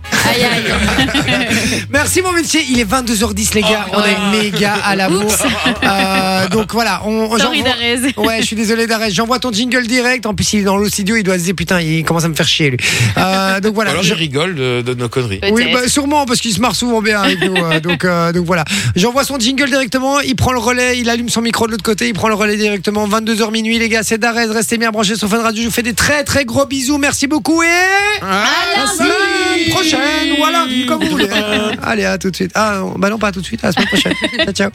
[SPEAKER 1] Merci mon métier, il est 22h10 les gars, on est méga à la bourse. Euh, donc voilà, on on-
[SPEAKER 3] Sorry,
[SPEAKER 1] j'envoie-
[SPEAKER 3] Darès.
[SPEAKER 1] Ouais, je suis désolé Darès, j'envoie ton jingle direct. En plus, il est dans le studio, il doit se dire putain, il commence à me faire chier lui. Euh, donc voilà,
[SPEAKER 3] Ah,
[SPEAKER 7] Alors
[SPEAKER 1] je-
[SPEAKER 7] je rigole de, de nos conneries.
[SPEAKER 1] Oui, bah, sûrement, parce qu'il se marre souvent bien avec nous. euh, donc, euh, donc voilà. J'envoie son jingle directement, il prend le relais, il allume son micro de l'autre côté, il prend le relais directement. 22h minuit, les gars, c'est Darès, restez bien branchés sur Fun Radio. Je vous fais des très très gros bisous, merci beaucoup et.
[SPEAKER 7] Ah,
[SPEAKER 3] Ah,
[SPEAKER 1] À la semaine prochaine, voilà, comme vous voulez. Allez, à tout de suite. Ah, non, bah non, pas tout de suite, à la semaine prochaine. ciao, ciao.